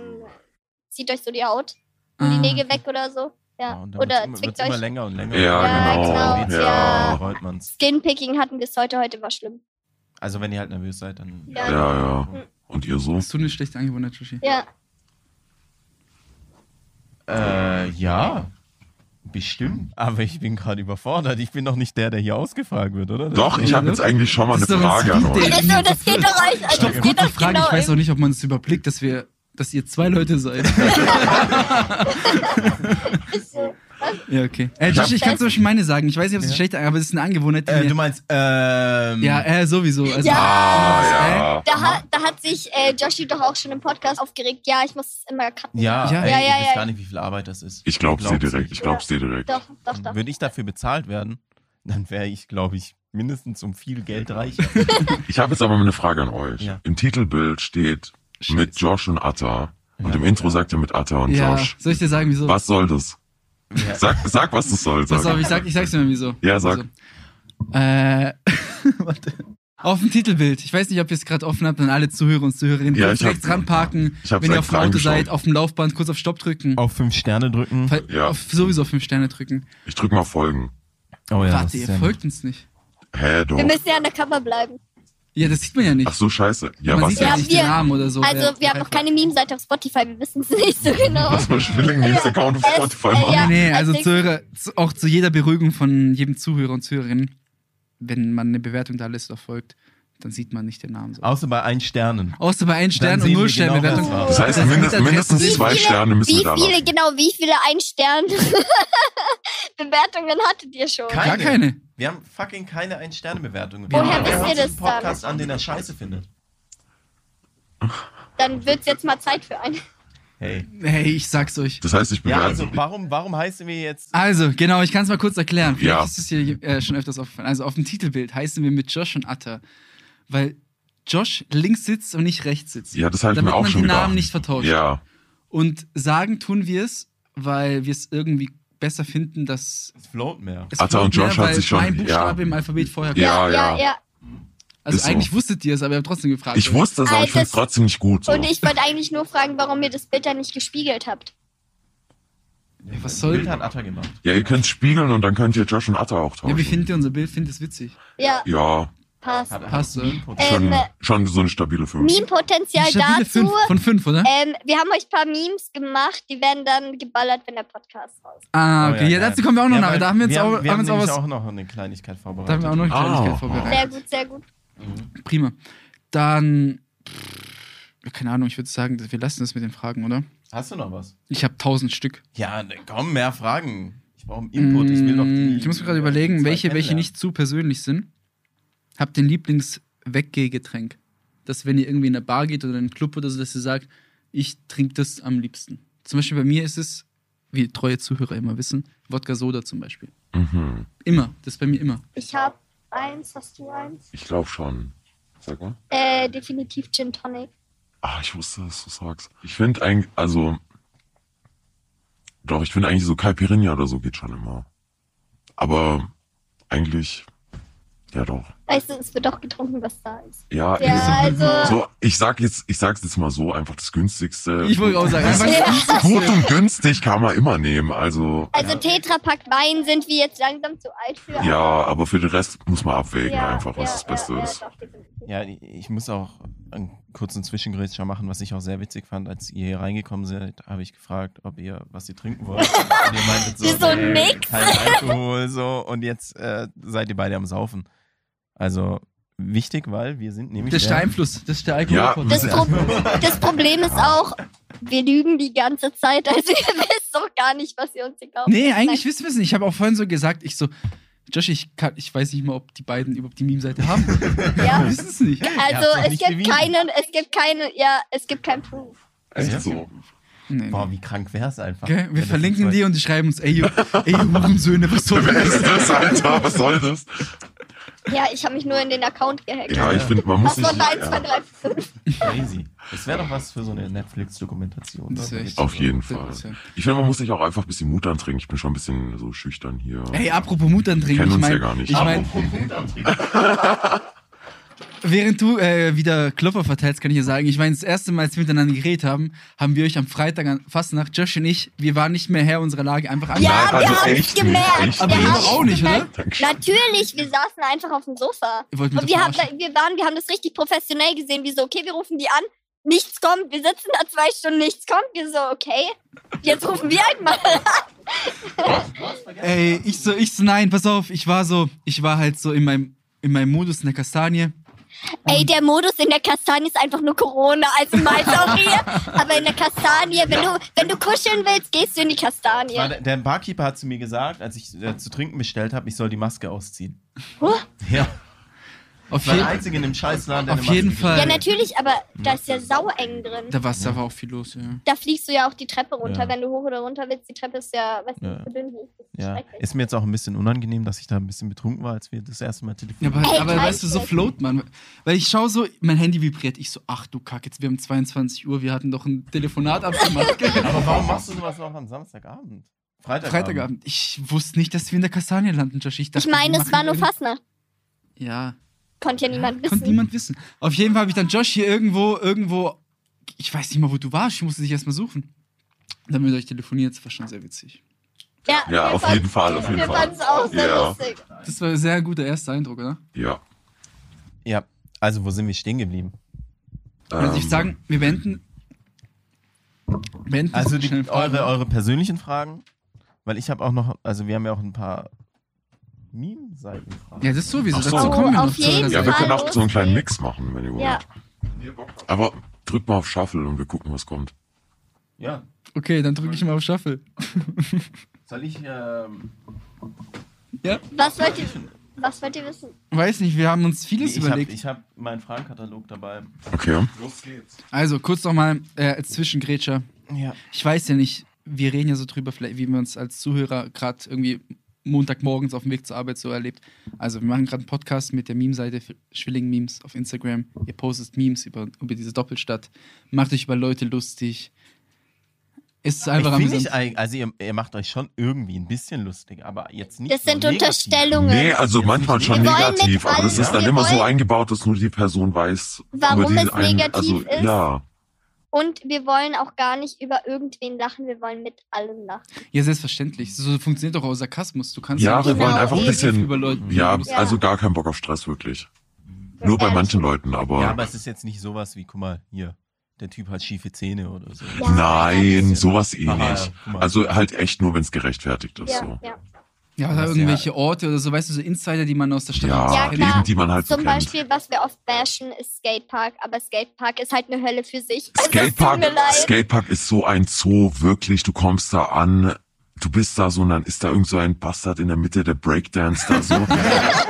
[SPEAKER 4] zieht euch so die Haut
[SPEAKER 2] Ah,
[SPEAKER 4] und die Nägel weg oder so. Ja.
[SPEAKER 3] und dann wird's
[SPEAKER 4] oder
[SPEAKER 3] immer,
[SPEAKER 4] zwickt
[SPEAKER 3] wird's immer
[SPEAKER 4] euch.
[SPEAKER 3] länger und länger.
[SPEAKER 1] Ja,
[SPEAKER 4] Ja, genau,
[SPEAKER 3] Jetzt
[SPEAKER 4] ja.
[SPEAKER 3] bereut man's.
[SPEAKER 4] Skinpicking hatten wir es heute. Heute war schlimm.
[SPEAKER 3] Also wenn ihr halt nervös seid, dann.
[SPEAKER 4] Ja.
[SPEAKER 1] Ja, ja. Und ihr so?
[SPEAKER 2] Hast du eine schlechte Angewohnheit, Joshi?
[SPEAKER 4] Ja.
[SPEAKER 3] Äh, ja. Bestimmt, aber ich bin gerade überfordert. Ich bin doch nicht der, der hier ausgefragt wird, oder?
[SPEAKER 1] Doch, ich habe jetzt eigentlich schon mal
[SPEAKER 2] ne?
[SPEAKER 1] eine
[SPEAKER 2] Das ist doch ein
[SPEAKER 1] Frage an
[SPEAKER 2] Speed-Date.
[SPEAKER 1] euch.
[SPEAKER 4] Das,
[SPEAKER 3] genau.
[SPEAKER 4] so, Also, das geht doch euch. Also,
[SPEAKER 2] Stopp, gute
[SPEAKER 4] das geht doch
[SPEAKER 2] Frage.
[SPEAKER 4] genau
[SPEAKER 2] ich weiß
[SPEAKER 4] im-
[SPEAKER 2] auch nicht, ob man es überblickt, dass wir, dass ihr zwei Leute seid. ja, okay. Äh, Josh, ich kann zum Beispiel meine sagen. Ich weiß nicht, ob es
[SPEAKER 3] Ja.
[SPEAKER 2] eine schlechte, aber es ist eine Angewohnheit, die
[SPEAKER 3] Äh, du
[SPEAKER 2] mir,
[SPEAKER 3] meinst, ähm.
[SPEAKER 2] Ja, äh, sowieso. Also, Äh,
[SPEAKER 1] Ah, ja.
[SPEAKER 4] Da, hat- da hat sich äh, Joshi doch auch schon im Podcast aufgeregt. Ja, ich muss es immer cutten.
[SPEAKER 3] Ja,
[SPEAKER 2] Ja.
[SPEAKER 3] Ey,
[SPEAKER 4] Ja, ja,
[SPEAKER 3] ich
[SPEAKER 4] ja.
[SPEAKER 3] weiß gar nicht, wie viel Arbeit das ist.
[SPEAKER 1] Ich glaub's dir
[SPEAKER 3] Glaubst du?
[SPEAKER 1] direkt. Ich glaub's dir direkt.
[SPEAKER 4] Doch, doch, doch.
[SPEAKER 3] Würde ich dafür bezahlt werden, dann wäre ich, glaube ich, mindestens um viel Geld reicher.
[SPEAKER 1] Ich habe jetzt aber mal eine Frage an euch.
[SPEAKER 3] Ja.
[SPEAKER 1] Im Titelbild steht mit Josh und Atta. Und
[SPEAKER 3] Ja.
[SPEAKER 1] im Intro sagt er mit Atta und
[SPEAKER 2] Äh? ja,
[SPEAKER 1] Josh.
[SPEAKER 2] soll ich dir sagen, wieso?
[SPEAKER 1] Was soll das?
[SPEAKER 3] Ja.
[SPEAKER 1] Sag, sag was das soll.
[SPEAKER 2] Pass auf, ich, sag, ich sag's dir mal, wieso.
[SPEAKER 1] Ja, sag.
[SPEAKER 2] Also, äh, [LAUGHS] warte. Auf dem Titelbild. Ich weiß nicht, ob ihr es gerade offen habt, dann alle Zuhörer und Zuhörerinnen.
[SPEAKER 1] Ja,
[SPEAKER 2] kurz
[SPEAKER 1] ich hab-
[SPEAKER 2] rechts ranparken,
[SPEAKER 1] ich hab's
[SPEAKER 2] wenn ihr auf dem
[SPEAKER 1] extra
[SPEAKER 2] Auto
[SPEAKER 1] angeschaut. Oh,
[SPEAKER 2] seid, auf dem Laufband, kurz auf Stopp drücken.
[SPEAKER 3] Auf fünf Sterne drücken.
[SPEAKER 2] Fall-
[SPEAKER 1] Ja.
[SPEAKER 2] auf, sowieso auf fünf Sterne drücken.
[SPEAKER 1] Ich drück mal folgen.
[SPEAKER 3] Oh das
[SPEAKER 2] Warte,
[SPEAKER 3] ist
[SPEAKER 2] ihr
[SPEAKER 3] ja-
[SPEAKER 2] folgt uns nicht.
[SPEAKER 1] Hä, doch.
[SPEAKER 4] Wir müssen ja ne- an der Cover bleiben.
[SPEAKER 2] Ja, das sieht man ja nicht.
[SPEAKER 1] Ach so, scheiße. Ja,
[SPEAKER 2] man
[SPEAKER 1] was
[SPEAKER 2] sieht ja
[SPEAKER 1] jetzt?
[SPEAKER 4] jetzt?
[SPEAKER 2] nicht
[SPEAKER 4] Ja,
[SPEAKER 2] den
[SPEAKER 4] wir-
[SPEAKER 2] Namen oder so.
[SPEAKER 4] Also,
[SPEAKER 2] wer-
[SPEAKER 4] wir haben noch keine Meme-Seite auf Spotify. Wir wissen es nicht so
[SPEAKER 1] [LAUGHS]
[SPEAKER 4] genau.
[SPEAKER 1] Was soll Schwilling News Account auf
[SPEAKER 4] Es-
[SPEAKER 1] Spotify
[SPEAKER 4] äh,
[SPEAKER 1] machen?
[SPEAKER 4] ja.
[SPEAKER 2] Nee, nee,
[SPEAKER 4] als
[SPEAKER 2] also
[SPEAKER 4] nächstes-
[SPEAKER 2] Zuhörer, zu, auch zu jeder Beruhigung von jedem Zuhörer und Zuhörerin, wenn man eine Bewertung da lässt oder folgt, dann sieht man nicht den Namen. So.
[SPEAKER 3] Außer bei ein Sternen.
[SPEAKER 2] Außer bei 1 Stern
[SPEAKER 3] Dann
[SPEAKER 2] und
[SPEAKER 3] sehen wir
[SPEAKER 2] 0 Stern
[SPEAKER 3] genau,
[SPEAKER 2] Bewertung.
[SPEAKER 3] was war.
[SPEAKER 1] Das
[SPEAKER 2] Das
[SPEAKER 1] heißt, mindest,
[SPEAKER 2] Internetadresse
[SPEAKER 1] mindestens
[SPEAKER 2] ist-
[SPEAKER 1] zwei
[SPEAKER 4] Wie viele-
[SPEAKER 1] Sterne müssen
[SPEAKER 4] Wie
[SPEAKER 1] wir da
[SPEAKER 4] viele,
[SPEAKER 1] lassen.
[SPEAKER 4] genau, wie viele [LAUGHS] Ein-Stern-Bewertungen hattet ihr schon?
[SPEAKER 3] Kein-
[SPEAKER 2] Gar keine.
[SPEAKER 3] Wir haben fucking keine Ein-Sterne-Bewertung.
[SPEAKER 2] Woher
[SPEAKER 3] Wir hören
[SPEAKER 2] wisst
[SPEAKER 3] uns
[SPEAKER 4] ihr das
[SPEAKER 3] einen Podcast an, den er scheiße findet.
[SPEAKER 4] Dann wird's jetzt mal Zeit für einen.
[SPEAKER 3] Hey.
[SPEAKER 2] Hey, ich sag's euch.
[SPEAKER 1] Das heißt, ich
[SPEAKER 3] Ja,
[SPEAKER 1] bewerte.
[SPEAKER 3] also warum, warum heißen wir jetzt.
[SPEAKER 2] Also, genau, ich kann es mal kurz erklären. Vielleicht
[SPEAKER 1] Ja.
[SPEAKER 2] ist es hier äh, schon öfters aufgefallen. Also, auf dem Titelbild heißen wir mit Josh und Atta, weil Josh links sitzt und nicht rechts sitzt.
[SPEAKER 1] ja, das habe ich
[SPEAKER 2] damit
[SPEAKER 1] mir auch
[SPEAKER 2] man
[SPEAKER 1] schon
[SPEAKER 2] die
[SPEAKER 1] gedacht.
[SPEAKER 2] Namen nicht vertauscht.
[SPEAKER 1] Ja,
[SPEAKER 2] Und sagen tun wir es, weil wir es irgendwie besser finden, dass
[SPEAKER 3] Es float mehr.
[SPEAKER 2] es
[SPEAKER 1] Atta und
[SPEAKER 2] kommt mehr,
[SPEAKER 1] Josh hat
[SPEAKER 2] weil
[SPEAKER 1] sich schon-
[SPEAKER 2] mein Buchstabe
[SPEAKER 1] ja.
[SPEAKER 2] im Alphabet vorher
[SPEAKER 1] Ja,
[SPEAKER 2] kommt.
[SPEAKER 1] ja.
[SPEAKER 2] Also
[SPEAKER 1] ist so.
[SPEAKER 2] eigentlich wusstet ihr es, aber ihr habt trotzdem gefragt.
[SPEAKER 1] ich wusste es, aber ich finde es
[SPEAKER 4] Altes-
[SPEAKER 1] trotzdem nicht gut. So.
[SPEAKER 4] Und ich wollte eigentlich nur fragen, warum ihr das Bild da nicht gespiegelt habt.
[SPEAKER 2] was
[SPEAKER 3] Das
[SPEAKER 2] soll-
[SPEAKER 3] Bild hat Atta gemacht.
[SPEAKER 1] Ja, ihr könnt spiegeln und dann könnt ihr Josh und Atta auch
[SPEAKER 2] Ja, wie
[SPEAKER 1] tauschen.
[SPEAKER 2] findet ihr unser Bild? Findet ihr es witzig?
[SPEAKER 4] Ja,
[SPEAKER 1] Ja,
[SPEAKER 4] passt.
[SPEAKER 3] Hat
[SPEAKER 2] Passt,
[SPEAKER 3] ein
[SPEAKER 2] oder?
[SPEAKER 3] Meme-Potenzial.
[SPEAKER 1] schon,
[SPEAKER 4] äh,
[SPEAKER 1] schon so eine stabile 5.
[SPEAKER 4] Meme-Potenzial
[SPEAKER 2] Stabile
[SPEAKER 4] dazu.
[SPEAKER 2] fünf von fünf, oder?
[SPEAKER 4] Ähm, wir haben euch ein paar Memes gemacht, die werden dann geballert, wenn der Podcast raus ist.
[SPEAKER 2] ah,
[SPEAKER 3] Oh,
[SPEAKER 2] okay. Ja,
[SPEAKER 3] geil.
[SPEAKER 2] dazu kommen wir auch noch
[SPEAKER 3] Ja,
[SPEAKER 2] nach.
[SPEAKER 3] weil
[SPEAKER 2] Da haben wir jetzt auch,
[SPEAKER 3] haben, wir
[SPEAKER 2] haben
[SPEAKER 3] haben
[SPEAKER 2] uns auch
[SPEAKER 3] nämlich
[SPEAKER 2] was.
[SPEAKER 3] auch noch eine Kleinigkeit
[SPEAKER 2] da haben wir auch noch eine
[SPEAKER 3] vorbereitet.
[SPEAKER 2] Kleinigkeit
[SPEAKER 1] Ah.
[SPEAKER 2] vorbereitet.
[SPEAKER 4] Sehr gut, sehr gut.
[SPEAKER 2] Prima. Dann. pff, Keine Ahnung, ich würde sagen, wir lassen das mit den Fragen, oder?
[SPEAKER 3] Hast du noch was?
[SPEAKER 2] Ich habe tausend Stück.
[SPEAKER 3] Ja, ne, komm, mehr Fragen. Ich brauche Input. Ich will doch die.
[SPEAKER 2] Mm, Ich muss mir gerade
[SPEAKER 3] die
[SPEAKER 2] überlegen,
[SPEAKER 3] zwei
[SPEAKER 2] welche, welche
[SPEAKER 3] kennenlernen.
[SPEAKER 2] nicht zu persönlich sind. Habt den Lieblings-Weggehgetränk. Dass, wenn ihr irgendwie in eine Bar geht oder in einen Club oder so, dass ihr sagt, ich trinke das am liebsten. Zum Beispiel bei mir ist es, wie treue Zuhörer immer wissen, Wodka-Soda zum Beispiel.
[SPEAKER 1] Mhm.
[SPEAKER 2] Immer. Das ist bei mir immer.
[SPEAKER 4] Ich habe eins, hast du eins?
[SPEAKER 1] Ich glaube schon. Sag mal.
[SPEAKER 4] Äh, definitiv Gin Tonic.
[SPEAKER 1] Ah, ich wusste, dass du sagst. Ich finde eigentlich, also. Doch, ich finde eigentlich so Caipirinha oder so geht schon immer. Aber eigentlich. Ja, doch.
[SPEAKER 4] Weißt du, es wird doch getrunken, was da ist.
[SPEAKER 1] Ja,
[SPEAKER 4] Ja,
[SPEAKER 1] eben.
[SPEAKER 4] also-
[SPEAKER 1] so, ich sag jetzt, ich sag's jetzt mal so, einfach das günstigste.
[SPEAKER 2] Ich wollte auch sagen,
[SPEAKER 1] Das
[SPEAKER 2] einfach
[SPEAKER 1] ist gut und günstig kann man immer nehmen, also.
[SPEAKER 4] Also Tetrapack Wein sind wir jetzt langsam zu alt für.
[SPEAKER 1] Ja, aber für den Rest muss man abwägen, einfach, was das Beste ist.
[SPEAKER 4] doch, definitiv.
[SPEAKER 3] Ja, ich muss auch einen kurzen Zwischengrätscher machen, was ich auch sehr witzig fand. Als ihr hier reingekommen seid, habe ich gefragt, ob ihr was ihr trinken wollt. Und ihr meintet so,
[SPEAKER 4] Wir so,
[SPEAKER 3] nee,
[SPEAKER 4] nix.
[SPEAKER 3] kein Alkohol so. Und jetzt äh, seid ihr beide am Saufen. Also wichtig, weil wir sind nämlich
[SPEAKER 2] Das ist der
[SPEAKER 3] der-
[SPEAKER 2] Einfluss. Das ist der
[SPEAKER 1] Ja,
[SPEAKER 2] Alkohol.
[SPEAKER 4] Das, Pro das Problem ist auch, wir lügen die ganze Zeit. Also ihr [LAUGHS] wisst doch gar nicht, was ihr uns hier kauft.
[SPEAKER 2] Nee, eigentlich wissen wir es nicht. Ich habe auch vorhin so gesagt, ich so, Josh, ich, kann, ich weiß nicht mal, ob die beiden überhaupt die Meme-Seite haben.
[SPEAKER 4] Ja.
[SPEAKER 3] [LAUGHS]
[SPEAKER 2] Wir [LAUGHS] wissen es nicht.
[SPEAKER 4] Also
[SPEAKER 3] Ihr habt's doch
[SPEAKER 4] es
[SPEAKER 3] nicht
[SPEAKER 4] gibt
[SPEAKER 3] bewiesen.
[SPEAKER 4] keinen, es gibt keine, ja, es gibt kein Proof.
[SPEAKER 1] Echt so. [LAUGHS]
[SPEAKER 2] Nee, nee.
[SPEAKER 3] Boah, wie krank wär's
[SPEAKER 1] Ah,
[SPEAKER 3] einfach.
[SPEAKER 2] Okay,
[SPEAKER 3] Wenn
[SPEAKER 2] wir
[SPEAKER 3] das
[SPEAKER 2] verlinken
[SPEAKER 3] jetzt
[SPEAKER 2] die und die schreiben uns, ey, ihr, ey, ihr Hurensöhne, was soll
[SPEAKER 1] Wer
[SPEAKER 2] das?
[SPEAKER 1] [LAUGHS] ist das, Alter? Was soll das?
[SPEAKER 4] Ja, ich habe mich nur in den Account gehackt.
[SPEAKER 1] Ja, ich finde, man muss
[SPEAKER 4] Passwort
[SPEAKER 1] nicht.
[SPEAKER 4] war 1, 2,
[SPEAKER 1] Ja,
[SPEAKER 4] 3, 5.
[SPEAKER 3] Crazy. Das wäre doch was für so eine Netflix-Dokumentation.
[SPEAKER 2] Das wär echt-
[SPEAKER 1] auf jeden Fall. Ich finde, man muss sich auch einfach ein bisschen Mut antrinken. Ich bin schon ein bisschen so schüchtern hier.
[SPEAKER 2] Ey, apropos Mut
[SPEAKER 1] Wir
[SPEAKER 2] antrinken.
[SPEAKER 1] kennen
[SPEAKER 2] Ich
[SPEAKER 1] uns ja
[SPEAKER 2] meine,
[SPEAKER 1] gar nicht.
[SPEAKER 2] ich mein, [LAUGHS] während du äh, wieder Klopfer verteilst, kann ich dir sagen, ich meine, das erste Mal, als wir miteinander geredet haben, haben wir euch am Freitag an Fastnacht, Josh und ich, wir waren nicht mehr Herr unserer Lage, einfach
[SPEAKER 4] Ja,
[SPEAKER 1] Nein,
[SPEAKER 4] wir
[SPEAKER 1] also
[SPEAKER 4] haben es
[SPEAKER 1] echt nicht,
[SPEAKER 4] gemerkt.
[SPEAKER 1] echt
[SPEAKER 2] Aber
[SPEAKER 4] wir
[SPEAKER 2] ihr
[SPEAKER 4] haben
[SPEAKER 2] doch auch
[SPEAKER 4] es
[SPEAKER 2] nicht,
[SPEAKER 4] gemerkt.
[SPEAKER 2] oder?
[SPEAKER 4] Natürlich, wir saßen einfach auf dem Sofa.
[SPEAKER 2] Ihr wollt mich
[SPEAKER 4] Und
[SPEAKER 2] doch
[SPEAKER 4] wir haben,
[SPEAKER 2] verarschen.
[SPEAKER 4] wir, waren, wir haben das richtig professionell gesehen, wie so, okay, wir rufen die an, nichts kommt. Wir sitzen da zwei Stunden, nichts kommt. Wir so, okay, jetzt rufen wir halt mal.
[SPEAKER 2] Ey, ich so, ich so, nein, pass auf, ich war so, ich war halt so in meinem, in meinem Modus in der Kastanie.
[SPEAKER 4] Ey, der Modus in der Kastanie ist einfach nur Corona, also mal sorry. aber in der Kastanie, wenn du, wenn du kuscheln willst, gehst du in die Kastanie.
[SPEAKER 3] War der, der Barkeeper hat zu mir gesagt, als ich äh, zu trinken bestellt habe, ich soll die Maske ausziehen.
[SPEAKER 4] Huh?
[SPEAKER 3] Ja,
[SPEAKER 2] Auf,
[SPEAKER 3] ich war
[SPEAKER 2] je
[SPEAKER 3] der Einzige in dem Scheißladen, der
[SPEAKER 2] auf
[SPEAKER 3] eine Maske
[SPEAKER 2] jeden
[SPEAKER 3] getragen
[SPEAKER 2] Fall.
[SPEAKER 4] ja, natürlich, aber da ist ja sau eng drin.
[SPEAKER 2] da war da war auch viel los, ja.
[SPEAKER 4] Da fliegst du ja auch die Treppe runter,
[SPEAKER 3] Ja.
[SPEAKER 4] wenn du hoch oder runter willst. Die Treppe ist ja, weißt du,
[SPEAKER 3] Ja.
[SPEAKER 4] so dünn wie ich. Das ist
[SPEAKER 3] Ja,
[SPEAKER 4] schrecklich.
[SPEAKER 3] ist mir jetzt auch ein bisschen unangenehm, dass ich da ein bisschen betrunken war, als wir das erste Mal
[SPEAKER 2] Ja,
[SPEAKER 3] telefoniert
[SPEAKER 2] aber,
[SPEAKER 4] Ey,
[SPEAKER 2] aber
[SPEAKER 4] Teig-
[SPEAKER 2] weißt du, so float man. Weil ich schaue so, mein Handy vibriert. Ich so, ach du Kack, jetzt wir haben 22 Uhr, wir hatten doch ein Telefonat abgemacht. gell?
[SPEAKER 3] Aber warum machst du sowas noch am Samstagabend? Freitagabend.
[SPEAKER 2] Freitagabend. Ich wusste nicht, dass wir in der Kastanie landen, Josh. Ich,
[SPEAKER 4] Ich
[SPEAKER 2] dachte,
[SPEAKER 4] meine,
[SPEAKER 2] wir
[SPEAKER 4] es war
[SPEAKER 2] machen
[SPEAKER 4] nur
[SPEAKER 2] irgendwie-
[SPEAKER 4] Fastnacht.
[SPEAKER 2] Ja.
[SPEAKER 4] Konnte ja niemand
[SPEAKER 2] Konnte
[SPEAKER 4] wissen.
[SPEAKER 2] niemand wissen. Auf jeden Fall habe ich dann Josh hier irgendwo, irgendwo, ich weiß nicht mal, wo du warst, ich musste dich erstmal suchen. Dann haben wir euch telefoniert, das war schon sehr witzig.
[SPEAKER 1] Ja,
[SPEAKER 4] wir
[SPEAKER 1] auf
[SPEAKER 4] fanden-
[SPEAKER 1] jeden Fall, auf jeden
[SPEAKER 4] Wir
[SPEAKER 1] Fall.
[SPEAKER 4] fanden es auch sehr
[SPEAKER 1] Ja.
[SPEAKER 4] lustig.
[SPEAKER 2] Das war ein sehr guter erster Eindruck, oder?
[SPEAKER 1] Ja.
[SPEAKER 3] Ja, also wo sind wir stehen geblieben?
[SPEAKER 2] Also ich
[SPEAKER 1] ähm,
[SPEAKER 2] sagen, wir beenden. beenden
[SPEAKER 3] Also
[SPEAKER 2] schnell
[SPEAKER 3] die,
[SPEAKER 2] Fragen.
[SPEAKER 3] eure, eure persönlichen Fragen, weil ich habe auch noch, also wir haben ja auch ein paar Meme-Seitenfragen.
[SPEAKER 2] Ja, das sowieso.
[SPEAKER 1] Ach so.
[SPEAKER 2] Dazu kommen wir
[SPEAKER 4] Oh,
[SPEAKER 2] noch
[SPEAKER 4] auf
[SPEAKER 2] zu.
[SPEAKER 4] jeden
[SPEAKER 2] oder so.
[SPEAKER 1] Ja, wir können
[SPEAKER 4] Hallo.
[SPEAKER 1] auch so einen kleinen Mix machen, wenn ihr wollt.
[SPEAKER 4] Ja.
[SPEAKER 1] Aber drückt mal auf Shuffle und wir gucken, was kommt.
[SPEAKER 3] Ja,
[SPEAKER 2] Okay, dann drücke ich mal auf Shuffle.
[SPEAKER 3] soll ich, ähm,
[SPEAKER 4] Was wollt ihr, was wollt ihr wissen?
[SPEAKER 2] Weiß nicht, wir haben uns vieles
[SPEAKER 3] ich habe
[SPEAKER 2] überlegt.
[SPEAKER 3] ich hab meinen Fragenkatalog dabei.
[SPEAKER 1] Okay.
[SPEAKER 2] Also kurz nochmal äh, als Zwischengrätscher.
[SPEAKER 3] Ja.
[SPEAKER 2] Ich weiß ja nicht, wir reden ja so drüber, vielleicht, wie wir uns als Zuhörer gerade irgendwie Montagmorgens auf dem Weg zur Arbeit so erlebt. Also wir machen gerade einen Podcast mit der Meme-Seite für Schwilling Memes auf Instagram. Ihr postet Memes über, über diese Doppelstadt. Macht euch über Leute lustig. Ist einfach
[SPEAKER 3] Ich
[SPEAKER 2] am
[SPEAKER 3] find nicht, eig- also ihr, ihr macht euch schon irgendwie ein bisschen lustig, aber jetzt nicht
[SPEAKER 4] Das
[SPEAKER 3] so
[SPEAKER 4] sind
[SPEAKER 3] negativ.
[SPEAKER 4] Unterstellungen.
[SPEAKER 1] Nee, also
[SPEAKER 3] Jetzt
[SPEAKER 1] manchmal
[SPEAKER 3] nicht
[SPEAKER 1] schon
[SPEAKER 4] Wir wollen
[SPEAKER 1] negativ,
[SPEAKER 4] mit
[SPEAKER 1] aber das
[SPEAKER 4] allen-
[SPEAKER 1] ist dann
[SPEAKER 4] wir
[SPEAKER 1] immer so
[SPEAKER 4] wollen-
[SPEAKER 1] eingebaut, dass nur die Person weiß,
[SPEAKER 4] Warum
[SPEAKER 1] über diesen
[SPEAKER 4] es negativ
[SPEAKER 1] also,
[SPEAKER 4] ist?
[SPEAKER 1] Ja,
[SPEAKER 4] Und wir wollen auch gar nicht über irgendwen lachen, wir wollen mit allen lachen.
[SPEAKER 2] Ja, selbstverständlich. So funktioniert doch auch Sarkasmus. Du kannst
[SPEAKER 1] Ja,
[SPEAKER 2] nicht
[SPEAKER 1] wir
[SPEAKER 2] immer
[SPEAKER 4] wollen einfach ein
[SPEAKER 2] negativ
[SPEAKER 1] bisschen-
[SPEAKER 2] über Leute.
[SPEAKER 1] ja,
[SPEAKER 2] reden.
[SPEAKER 1] also gar kein Bock auf Stress wirklich.
[SPEAKER 4] Ja,
[SPEAKER 1] Nur bei
[SPEAKER 4] ehrlich.
[SPEAKER 1] manchen Leuten, aber,
[SPEAKER 3] Ja, aber es ist jetzt nicht sowas wie, guck mal, hier, der Typ hat schiefe Zähne oder so.
[SPEAKER 4] Ja.
[SPEAKER 1] nein, sowas eh
[SPEAKER 3] Aha,
[SPEAKER 1] nicht.
[SPEAKER 3] ja, guck mal.
[SPEAKER 1] Also halt echt nur, wenn es gerechtfertigt ist.
[SPEAKER 4] Ja,
[SPEAKER 1] so.
[SPEAKER 4] ja.
[SPEAKER 2] Ja, oder
[SPEAKER 3] Das ist
[SPEAKER 2] irgendwelche Orte oder so, weißt du, so Insider, die man aus der Stadt
[SPEAKER 1] Ja,
[SPEAKER 4] Ja,
[SPEAKER 2] kennt.
[SPEAKER 4] klar.
[SPEAKER 1] eben die man halt so
[SPEAKER 4] Zum
[SPEAKER 1] kennt.
[SPEAKER 4] Beispiel, was wir oft bashen, ist Skatepark, aber Skatepark ist halt eine Hölle für sich. Also,
[SPEAKER 1] Skatepark,
[SPEAKER 4] es tut mir leid.
[SPEAKER 1] Skatepark ist so ein Zoo, wirklich. Du kommst da an, du bist da so und dann ist da irgend so ein Bastard in der Mitte, der Breakdance da
[SPEAKER 4] [LAUGHS]
[SPEAKER 1] so.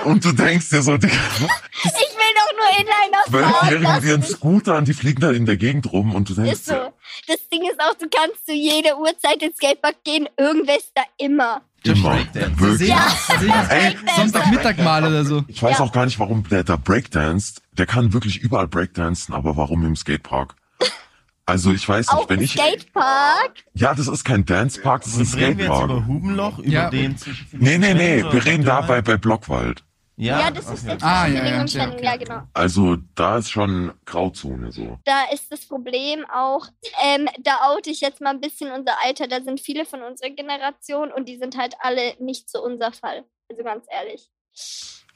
[SPEAKER 1] und du denkst dir so, [LAUGHS] Digga,
[SPEAKER 4] ich will doch nur Inliner fahren.
[SPEAKER 1] während wir einen
[SPEAKER 4] lass mich.
[SPEAKER 1] Scooter an, die fliegen da in der Gegend rum und du denkst
[SPEAKER 4] Oh, Ist so.
[SPEAKER 1] dir,
[SPEAKER 4] Das Ding ist auch, du kannst zu jeder Uhrzeit ins Skatepark gehen, irgendwer ist da immer.
[SPEAKER 1] immer,
[SPEAKER 3] Breakdance.
[SPEAKER 2] So
[SPEAKER 1] wirklich.
[SPEAKER 2] sehen- sehen-
[SPEAKER 1] Ey,
[SPEAKER 2] Sonntagmittag mal oder so.
[SPEAKER 1] ich weiß
[SPEAKER 4] Ja.
[SPEAKER 1] auch gar nicht, warum der da breakdanced. Der kann wirklich überall breakdancen, aber warum im Skatepark? Also ich weiß
[SPEAKER 4] Auch
[SPEAKER 1] nicht, wenn
[SPEAKER 4] im
[SPEAKER 1] ich...
[SPEAKER 4] Skatepark.
[SPEAKER 1] Ja, das ist kein Dancepark, das ist ein
[SPEAKER 3] Also Reden wir jetzt über
[SPEAKER 1] Skatepark.
[SPEAKER 3] Hubenloch, über
[SPEAKER 2] Ja.
[SPEAKER 3] den zwischen
[SPEAKER 1] Nee, nee, nee, wir reden da bei, bei Blockwald.
[SPEAKER 4] Ja,
[SPEAKER 3] Ja,
[SPEAKER 4] das ist
[SPEAKER 3] okay.
[SPEAKER 4] jetzt
[SPEAKER 2] Ah, ja,
[SPEAKER 4] ja,
[SPEAKER 2] ja,
[SPEAKER 4] ja,
[SPEAKER 2] okay,
[SPEAKER 4] ja,
[SPEAKER 2] okay.
[SPEAKER 4] genau.
[SPEAKER 1] Also da ist schon Grauzone so.
[SPEAKER 4] da ist das Problem auch, ähm, da oute ich jetzt mal ein bisschen unser Alter, da sind viele von unserer Generation und die sind halt alle nicht so unser Fall. Also ganz ehrlich.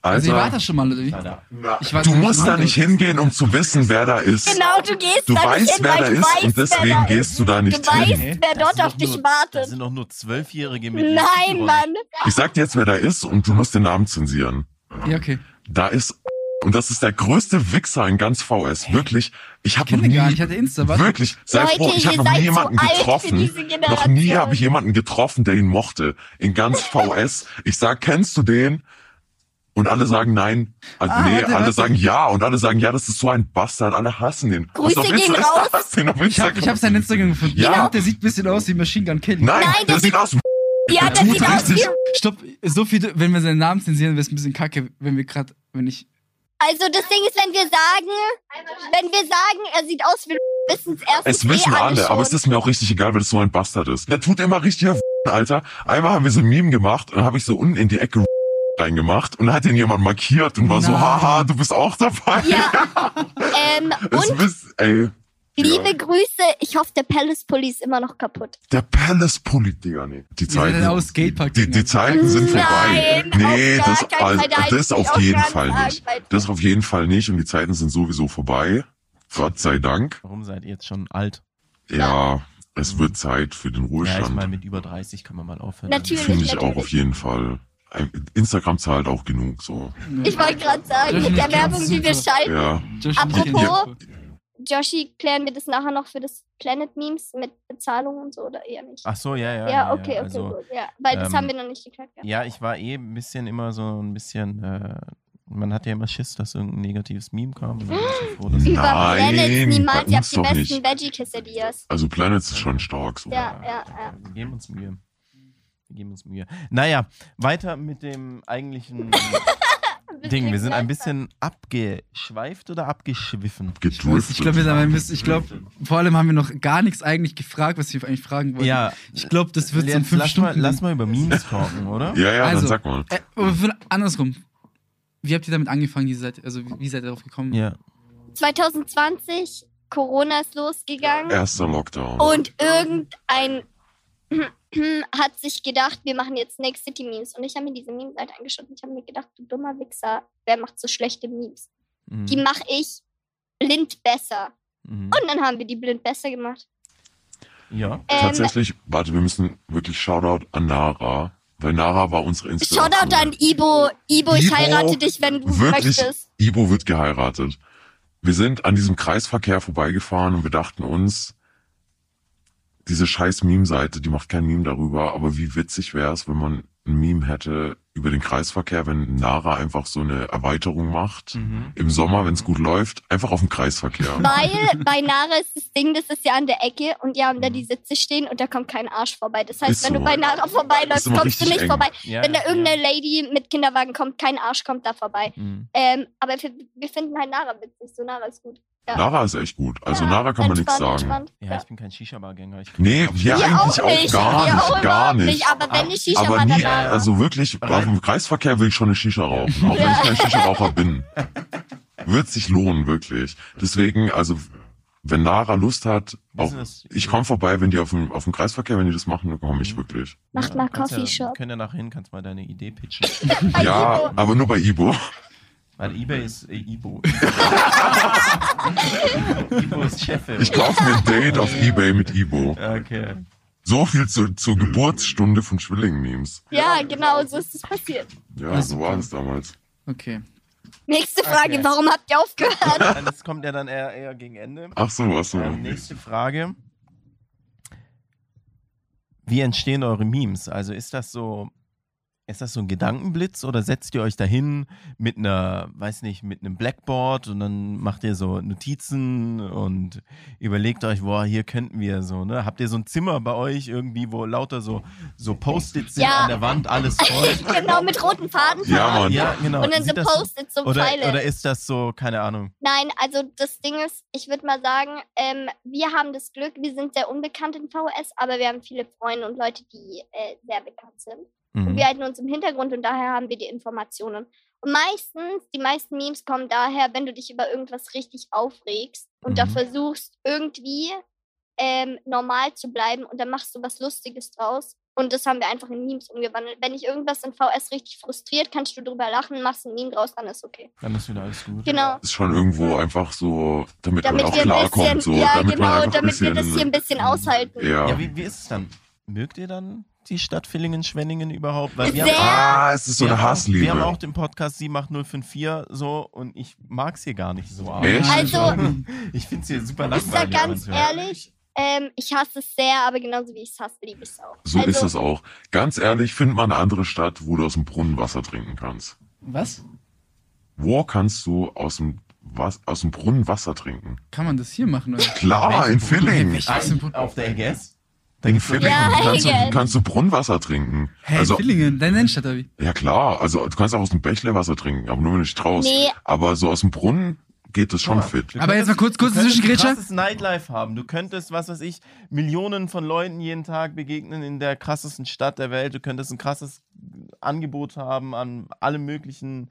[SPEAKER 2] Also, ich war da
[SPEAKER 1] Alter,
[SPEAKER 2] schon mal, oder wie?
[SPEAKER 3] Alter.
[SPEAKER 2] Ich war
[SPEAKER 1] du
[SPEAKER 2] da
[SPEAKER 1] musst
[SPEAKER 2] schon
[SPEAKER 1] da
[SPEAKER 2] mal.
[SPEAKER 1] nicht hingehen, um zu wissen, wer da ist.
[SPEAKER 4] Genau, du gehst
[SPEAKER 1] Du
[SPEAKER 4] da nicht
[SPEAKER 1] weißt,
[SPEAKER 4] hin,
[SPEAKER 1] wer
[SPEAKER 4] weil
[SPEAKER 1] da
[SPEAKER 4] du
[SPEAKER 1] ist
[SPEAKER 4] weißt,
[SPEAKER 1] und
[SPEAKER 4] wer da
[SPEAKER 1] deswegen
[SPEAKER 4] ist.
[SPEAKER 1] gehst du da nicht
[SPEAKER 4] Du weißt,
[SPEAKER 1] hin.
[SPEAKER 3] Hä?
[SPEAKER 4] wer
[SPEAKER 3] Das
[SPEAKER 4] dort
[SPEAKER 3] sind
[SPEAKER 4] auf
[SPEAKER 3] doch
[SPEAKER 4] dich
[SPEAKER 3] nur, Das
[SPEAKER 4] wartet.
[SPEAKER 3] sind doch nur Zwölfjährige mit
[SPEAKER 4] Nein, Mann.
[SPEAKER 1] Ich sag dir jetzt, wer da ist und du musst den Namen zensieren.
[SPEAKER 2] Ja, okay.
[SPEAKER 1] Da ist [LAUGHS] und das ist der größte Wichser in ganz VS. Wirklich, ich habe
[SPEAKER 2] Kenn
[SPEAKER 1] noch
[SPEAKER 2] den
[SPEAKER 1] nie,
[SPEAKER 2] gar nicht, hatte Insta, was?
[SPEAKER 1] wirklich, sei
[SPEAKER 4] Leute,
[SPEAKER 1] froh, ich
[SPEAKER 4] ihr
[SPEAKER 1] habe noch
[SPEAKER 4] seid
[SPEAKER 1] nie
[SPEAKER 4] zu
[SPEAKER 1] jemanden
[SPEAKER 4] alt für
[SPEAKER 1] getroffen.
[SPEAKER 4] diese Generation.
[SPEAKER 1] Noch nie habe ich jemanden getroffen, der ihn mochte. In ganz VS. Ich sag, kennst du den? Und alle sagen nein. Also,
[SPEAKER 2] Ah,
[SPEAKER 1] nee,
[SPEAKER 2] warte,
[SPEAKER 1] alle
[SPEAKER 2] warte.
[SPEAKER 1] sagen ja. Und alle sagen ja, das ist so ein Bastard. Alle hassen ihn.
[SPEAKER 4] Grüße
[SPEAKER 1] Also auf
[SPEAKER 4] gehen
[SPEAKER 1] Insta- [LAUGHS]
[SPEAKER 4] raus.
[SPEAKER 1] Hast du ihn auf
[SPEAKER 2] Ich hab, ich hab sein Instagram gefunden.
[SPEAKER 1] Ja.
[SPEAKER 2] Ja. Der sieht ein bisschen aus wie Machine Gun Kelly.
[SPEAKER 1] Nein,
[SPEAKER 4] Nein,
[SPEAKER 1] der
[SPEAKER 4] das
[SPEAKER 1] sieht
[SPEAKER 4] ist-
[SPEAKER 1] aus wie
[SPEAKER 4] Ja, das
[SPEAKER 1] tut
[SPEAKER 4] sieht aus
[SPEAKER 1] richtig-
[SPEAKER 4] wie.
[SPEAKER 2] Stopp, so viel, wenn wir seinen Namen zensieren, wäre es ein bisschen kacke, wenn wir gerade, wenn ich.
[SPEAKER 4] Also das Ding ist, wenn wir sagen, wenn wir sagen, er sieht aus wie wissen es erstens
[SPEAKER 1] Es wissen
[SPEAKER 4] eh
[SPEAKER 1] alle,
[SPEAKER 4] schon.
[SPEAKER 1] aber es ist mir auch richtig egal, weil es so ein Bastard ist. Der tut immer richtig auf [LAUGHS] Alter. Einmal haben wir so ein Meme gemacht und habe ich so unten in die Ecke [LAUGHS] reingemacht und dann hat den jemand markiert und war so,
[SPEAKER 2] Nein.
[SPEAKER 1] haha, du bist auch dabei.
[SPEAKER 4] Ja. ähm,
[SPEAKER 1] [LAUGHS] Es
[SPEAKER 4] und
[SPEAKER 1] bist, ey,
[SPEAKER 4] liebe
[SPEAKER 1] Ja.
[SPEAKER 4] Grüße, ich hoffe, der Palace Pulli ist immer noch kaputt.
[SPEAKER 1] der Palace Pulli, Digga, nee. Die
[SPEAKER 2] seid
[SPEAKER 1] Zeiten,
[SPEAKER 2] denn aus Skatepark
[SPEAKER 1] die, die
[SPEAKER 2] gegangen?
[SPEAKER 1] Zeiten sind vorbei.
[SPEAKER 4] Nein,
[SPEAKER 1] Nee,
[SPEAKER 4] auf gar
[SPEAKER 1] das,
[SPEAKER 4] keinen
[SPEAKER 1] also,
[SPEAKER 4] Fall, da
[SPEAKER 1] das
[SPEAKER 4] halte ich
[SPEAKER 1] auf
[SPEAKER 4] auch
[SPEAKER 1] jeden
[SPEAKER 4] ganz
[SPEAKER 1] Fall
[SPEAKER 4] arg
[SPEAKER 1] nicht.
[SPEAKER 4] bei dir.
[SPEAKER 1] Das auf jeden Fall nicht und die Zeiten sind sowieso vorbei. Gott sei Dank.
[SPEAKER 3] Warum seid ihr jetzt schon alt?
[SPEAKER 1] Ja,
[SPEAKER 2] Mhm.
[SPEAKER 1] es wird Zeit für den
[SPEAKER 3] Ja, ich
[SPEAKER 1] Ruhestand.
[SPEAKER 3] meine, mit über 30 kann man mal aufhören.
[SPEAKER 4] Natürlich.
[SPEAKER 1] Finde ich auch
[SPEAKER 4] natürlich.
[SPEAKER 1] auf jeden Fall. Ein- Instagram zahlt auch genug, so.
[SPEAKER 4] Ich wollte gerade sagen, mit der Werbung, die wir schalten.
[SPEAKER 1] Ja,
[SPEAKER 2] Josh, komm nicht in die
[SPEAKER 4] Apropos-
[SPEAKER 2] Gruppe.
[SPEAKER 4] Joshi, klären wir das nachher noch für das Planet Memes mit Bezahlung und so oder eher nicht?
[SPEAKER 3] Ach so, ja, ja.
[SPEAKER 4] ja, okay, okay,
[SPEAKER 3] also,
[SPEAKER 4] gut. Ja, weil das
[SPEAKER 3] ähm,
[SPEAKER 4] haben wir noch nicht geklärt. gehabt.
[SPEAKER 3] Ja, ich war eh ein bisschen immer so ein bisschen. Äh, man hat ja immer Schiss, dass irgendein negatives Meme kam. Und dann war ich so froh, dass
[SPEAKER 4] [LAUGHS] Über
[SPEAKER 1] Nein,
[SPEAKER 4] Planet niemals.
[SPEAKER 1] bei uns
[SPEAKER 4] Ihr habt die
[SPEAKER 1] doch
[SPEAKER 4] besten
[SPEAKER 1] nicht.
[SPEAKER 4] Veggie Quesadillas.
[SPEAKER 1] also Planets ist schon stark, so.
[SPEAKER 4] Ja. ja.
[SPEAKER 3] Wir geben uns Mühe. Wir geben uns Mühe. Naja, weiter mit dem
[SPEAKER 4] [LAUGHS]
[SPEAKER 3] eigentlichen Ding. Wir sind ein bisschen abgeschweift oder abgeschwiffen.
[SPEAKER 2] Ich weiß,
[SPEAKER 1] Gedriftet.
[SPEAKER 2] Ich glaube, wir sind- wir müssen- ich glaube, vor allem haben wir noch gar nichts eigentlich gefragt, was wir eigentlich fragen wollten.
[SPEAKER 3] Ja,
[SPEAKER 2] Ich glaube, das wird so in
[SPEAKER 3] Jens,
[SPEAKER 2] fünf
[SPEAKER 3] lass mal,
[SPEAKER 2] Stunden.
[SPEAKER 3] lass mal über Memes talken, oder?
[SPEAKER 1] ja, ja,
[SPEAKER 2] Also,
[SPEAKER 1] dann sag mal.
[SPEAKER 2] Äh, aber von- andersrum. Wie habt ihr damit angefangen? Wie seid, also wie wie seid ihr darauf gekommen?
[SPEAKER 3] Ja.
[SPEAKER 4] 2020, ne? Corona ist losgegangen
[SPEAKER 1] Erster Lockdown.
[SPEAKER 4] und irgendein [CLEARS THROAT] hat sich gedacht, wir machen jetzt Next City Memes. Und ich habe mir diese Memes halt angeschaut und ich habe mir gedacht, du dummer Wichser, wer macht so schlechte Memes?
[SPEAKER 1] Hm.
[SPEAKER 3] Mhm.
[SPEAKER 4] Die mache ich blind besser.
[SPEAKER 3] Mhm.
[SPEAKER 4] Und dann haben wir die blind besser gemacht.
[SPEAKER 3] Ja.
[SPEAKER 4] Ähm,
[SPEAKER 1] Tatsächlich, warte, wir müssen wirklich Shoutout an Nara, weil Nara war unsere Inspiration.
[SPEAKER 4] Shoutout an Ibo. Ibo, ich
[SPEAKER 1] Ibo,
[SPEAKER 4] heirate dich, wenn du
[SPEAKER 1] wirklich?
[SPEAKER 4] möchtest.
[SPEAKER 1] Ibo wird geheiratet. Wir sind an diesem Kreisverkehr vorbeigefahren und wir dachten uns, diese scheiß Meme-Seite, die macht kein Meme darüber, aber wie witzig wäre es, wenn man ein Meme hätte über den Kreisverkehr, wenn Nara einfach so eine Erweiterung macht.
[SPEAKER 3] Mhm.
[SPEAKER 1] Im Sommer, wenn es gut läuft, einfach auf dem Kreisverkehr.
[SPEAKER 4] Weil bei Nara ist das Ding, das ist ja an der Ecke und die haben da
[SPEAKER 3] Mhm.
[SPEAKER 4] die Sitze stehen und da kommt kein Arsch vorbei. Das heißt,
[SPEAKER 1] Hm. Ist
[SPEAKER 4] wenn
[SPEAKER 1] so.
[SPEAKER 4] du bei Nara
[SPEAKER 1] Ist
[SPEAKER 4] vorbeiläufst,
[SPEAKER 1] immer
[SPEAKER 4] kommst du
[SPEAKER 1] richtig
[SPEAKER 4] nicht
[SPEAKER 1] eng.
[SPEAKER 4] vorbei.
[SPEAKER 3] Ja,
[SPEAKER 4] Wenn da
[SPEAKER 3] ja.
[SPEAKER 4] irgendeine Lady mit Kinderwagen kommt, kein Arsch kommt da vorbei.
[SPEAKER 3] Mhm.
[SPEAKER 4] Ähm, aber wir, wir finden halt Nara witzig, so Nara ist gut. Ja.
[SPEAKER 1] Nara ist echt gut. Also
[SPEAKER 4] Ja,
[SPEAKER 1] Nara kann man nichts
[SPEAKER 4] entspannt,
[SPEAKER 1] sagen.
[SPEAKER 4] entspannt,
[SPEAKER 3] Ja, ich bin kein Shisha-Bargänger. Ich-
[SPEAKER 1] Nee, wir
[SPEAKER 4] Wir
[SPEAKER 1] eigentlich auch, gar
[SPEAKER 4] wir
[SPEAKER 1] nicht,
[SPEAKER 4] auch
[SPEAKER 1] gar
[SPEAKER 4] überhaupt
[SPEAKER 1] nicht.
[SPEAKER 4] Aber wenn ich Shisha
[SPEAKER 1] aber
[SPEAKER 4] mal
[SPEAKER 1] nie,
[SPEAKER 4] danach.
[SPEAKER 1] also wirklich, auf dem Kreisverkehr will ich schon eine Shisha rauchen, auch wenn ich kein Shisha-Raucher bin. Wird sich lohnen, wirklich. Deswegen, also, wenn Nara Lust hat, auch,
[SPEAKER 3] Business-
[SPEAKER 1] ich komme vorbei, wenn die auf dem, auf dem Kreisverkehr, wenn die das machen, dann komme ich
[SPEAKER 3] Mhm.
[SPEAKER 1] wirklich.
[SPEAKER 4] Macht
[SPEAKER 3] Ja,
[SPEAKER 4] mal
[SPEAKER 3] kannst Ja,
[SPEAKER 4] Coffeeshop.
[SPEAKER 3] können ja nachher hin, kannst mal deine Idee pitchen.
[SPEAKER 4] [LAUGHS] Bei
[SPEAKER 1] ja,
[SPEAKER 4] Ibo.
[SPEAKER 1] aber nur bei Ibo.
[SPEAKER 3] Weil eBay ist äh, Ibo.
[SPEAKER 4] [LAUGHS]
[SPEAKER 3] Ibo ist Chefin.
[SPEAKER 1] Ich kaufe mir ein Date auf Ebay mit Ibo.
[SPEAKER 3] Okay.
[SPEAKER 1] So viel zu, zur Geburtsstunde von Schwilling-Memes.
[SPEAKER 4] ja, genau, so ist es passiert.
[SPEAKER 1] Ja, so war das damals.
[SPEAKER 2] Okay.
[SPEAKER 4] Nächste Frage,
[SPEAKER 3] Okay.
[SPEAKER 4] warum habt ihr aufgehört?
[SPEAKER 1] [LAUGHS]
[SPEAKER 4] [LAUGHS]
[SPEAKER 3] Das kommt ja dann eher, eher gegen Ende.
[SPEAKER 1] Ach so, ach so.
[SPEAKER 3] Ähm, nächste Frage. Wie entstehen eure Memes? Also ist das so, ist das so ein Gedankenblitz oder setzt ihr euch dahin mit einer, weiß nicht, mit einem Blackboard und dann macht ihr so Notizen und überlegt euch, boah, hier könnten wir so, ne? Habt ihr so ein Zimmer bei euch irgendwie, wo lauter so, so Post-its sind
[SPEAKER 4] Ja.
[SPEAKER 3] an der Wand, alles voll?
[SPEAKER 4] genau, mit roten Faden.
[SPEAKER 1] Ja, Mann.
[SPEAKER 3] ja, genau.
[SPEAKER 4] Und dann so
[SPEAKER 3] Sieht das so-
[SPEAKER 4] Post-its, so
[SPEAKER 3] oder,
[SPEAKER 4] Pfeile.
[SPEAKER 3] oder ist das so, keine Ahnung.
[SPEAKER 4] Nein, also das Ding ist, ich würde mal sagen, ähm, wir haben das Glück, wir sind sehr unbekannt in VS, aber wir haben viele Freunde und Leute, die äh, sehr bekannt sind. Und
[SPEAKER 3] Mhm.
[SPEAKER 4] wir halten uns im Hintergrund und daher haben wir die Informationen. Und meistens, die meisten Memes kommen daher, wenn du dich über irgendwas richtig aufregst und da
[SPEAKER 3] Mhm.
[SPEAKER 4] versuchst, irgendwie ähm, normal zu bleiben und dann machst du was Lustiges draus. Und das haben wir einfach in Memes umgewandelt. Wenn dich irgendwas in VS richtig frustriert, kannst du drüber lachen, machst ein Meme draus, dann ist okay.
[SPEAKER 3] Dann ist wieder alles gut.
[SPEAKER 4] Genau.
[SPEAKER 1] Ist schon irgendwo einfach so, damit,
[SPEAKER 4] damit
[SPEAKER 1] man auch
[SPEAKER 4] wir ein bisschen,
[SPEAKER 1] klarkommt, so.
[SPEAKER 4] ja
[SPEAKER 1] damit man
[SPEAKER 4] genau,
[SPEAKER 1] einfach
[SPEAKER 4] damit wir
[SPEAKER 1] bisschen,
[SPEAKER 4] das hier ein bisschen aushalten.
[SPEAKER 1] ja.
[SPEAKER 3] Ja, wie, wie ist es dann? Mögt ihr dann die Stadt Villingen-Schwenningen überhaupt? Weil wir
[SPEAKER 4] Sehr.
[SPEAKER 3] haben,
[SPEAKER 1] Ah, es ist so
[SPEAKER 3] wir
[SPEAKER 1] eine
[SPEAKER 3] haben auch- Wir haben
[SPEAKER 1] Hassliebe.
[SPEAKER 3] auch den Podcast Sie macht 054 so und ich mag es hier gar nicht so. aber
[SPEAKER 1] Echt?
[SPEAKER 4] Also,
[SPEAKER 3] [LAUGHS] Ich finde es hier super
[SPEAKER 4] ich
[SPEAKER 3] langweilig.
[SPEAKER 4] sag ganz
[SPEAKER 3] manchmal.
[SPEAKER 4] ehrlich, ähm, ich hasse es sehr, aber genauso wie ich es hasse, liebe ich es auch.
[SPEAKER 1] So
[SPEAKER 4] also,
[SPEAKER 1] ist das auch. Ganz ehrlich, find mal eine andere Stadt, wo du aus dem Brunnen Wasser trinken kannst.
[SPEAKER 2] Was?
[SPEAKER 1] Wo kannst du aus dem, was, aus dem Brunnen Wasser trinken?
[SPEAKER 2] Kann man das hier machen?
[SPEAKER 1] [LAUGHS]
[SPEAKER 2] Oder?
[SPEAKER 1] Klar, in Filling.
[SPEAKER 2] Welche- Aus dem Brunnen.
[SPEAKER 3] Auf der EGS? Da
[SPEAKER 1] In
[SPEAKER 3] gibt's so-
[SPEAKER 1] Filling
[SPEAKER 4] Ja,
[SPEAKER 1] kannst, du,
[SPEAKER 4] Egal.
[SPEAKER 1] kannst du Brunnenwasser trinken.
[SPEAKER 2] Hey,
[SPEAKER 1] also,
[SPEAKER 2] Villingen, dein Nennstadt, oder wie?
[SPEAKER 1] ja klar, also du kannst auch aus dem Bächle Wasser trinken, aber nur wenn du dich traust.
[SPEAKER 4] Nee.
[SPEAKER 1] Aber so aus dem Brunnen geht das schon
[SPEAKER 3] Guck mal,
[SPEAKER 1] fit.
[SPEAKER 3] du
[SPEAKER 2] Aber jetzt
[SPEAKER 3] könntest-
[SPEAKER 2] mal kurz- kurze
[SPEAKER 3] du könntest
[SPEAKER 2] Zwischengrätsche.
[SPEAKER 3] ein krasses Nightlife haben. Du könntest, was weiß ich, Millionen von Leuten jeden Tag begegnen in der krassesten Stadt der Welt. Du könntest ein krasses Angebot haben an alle möglichen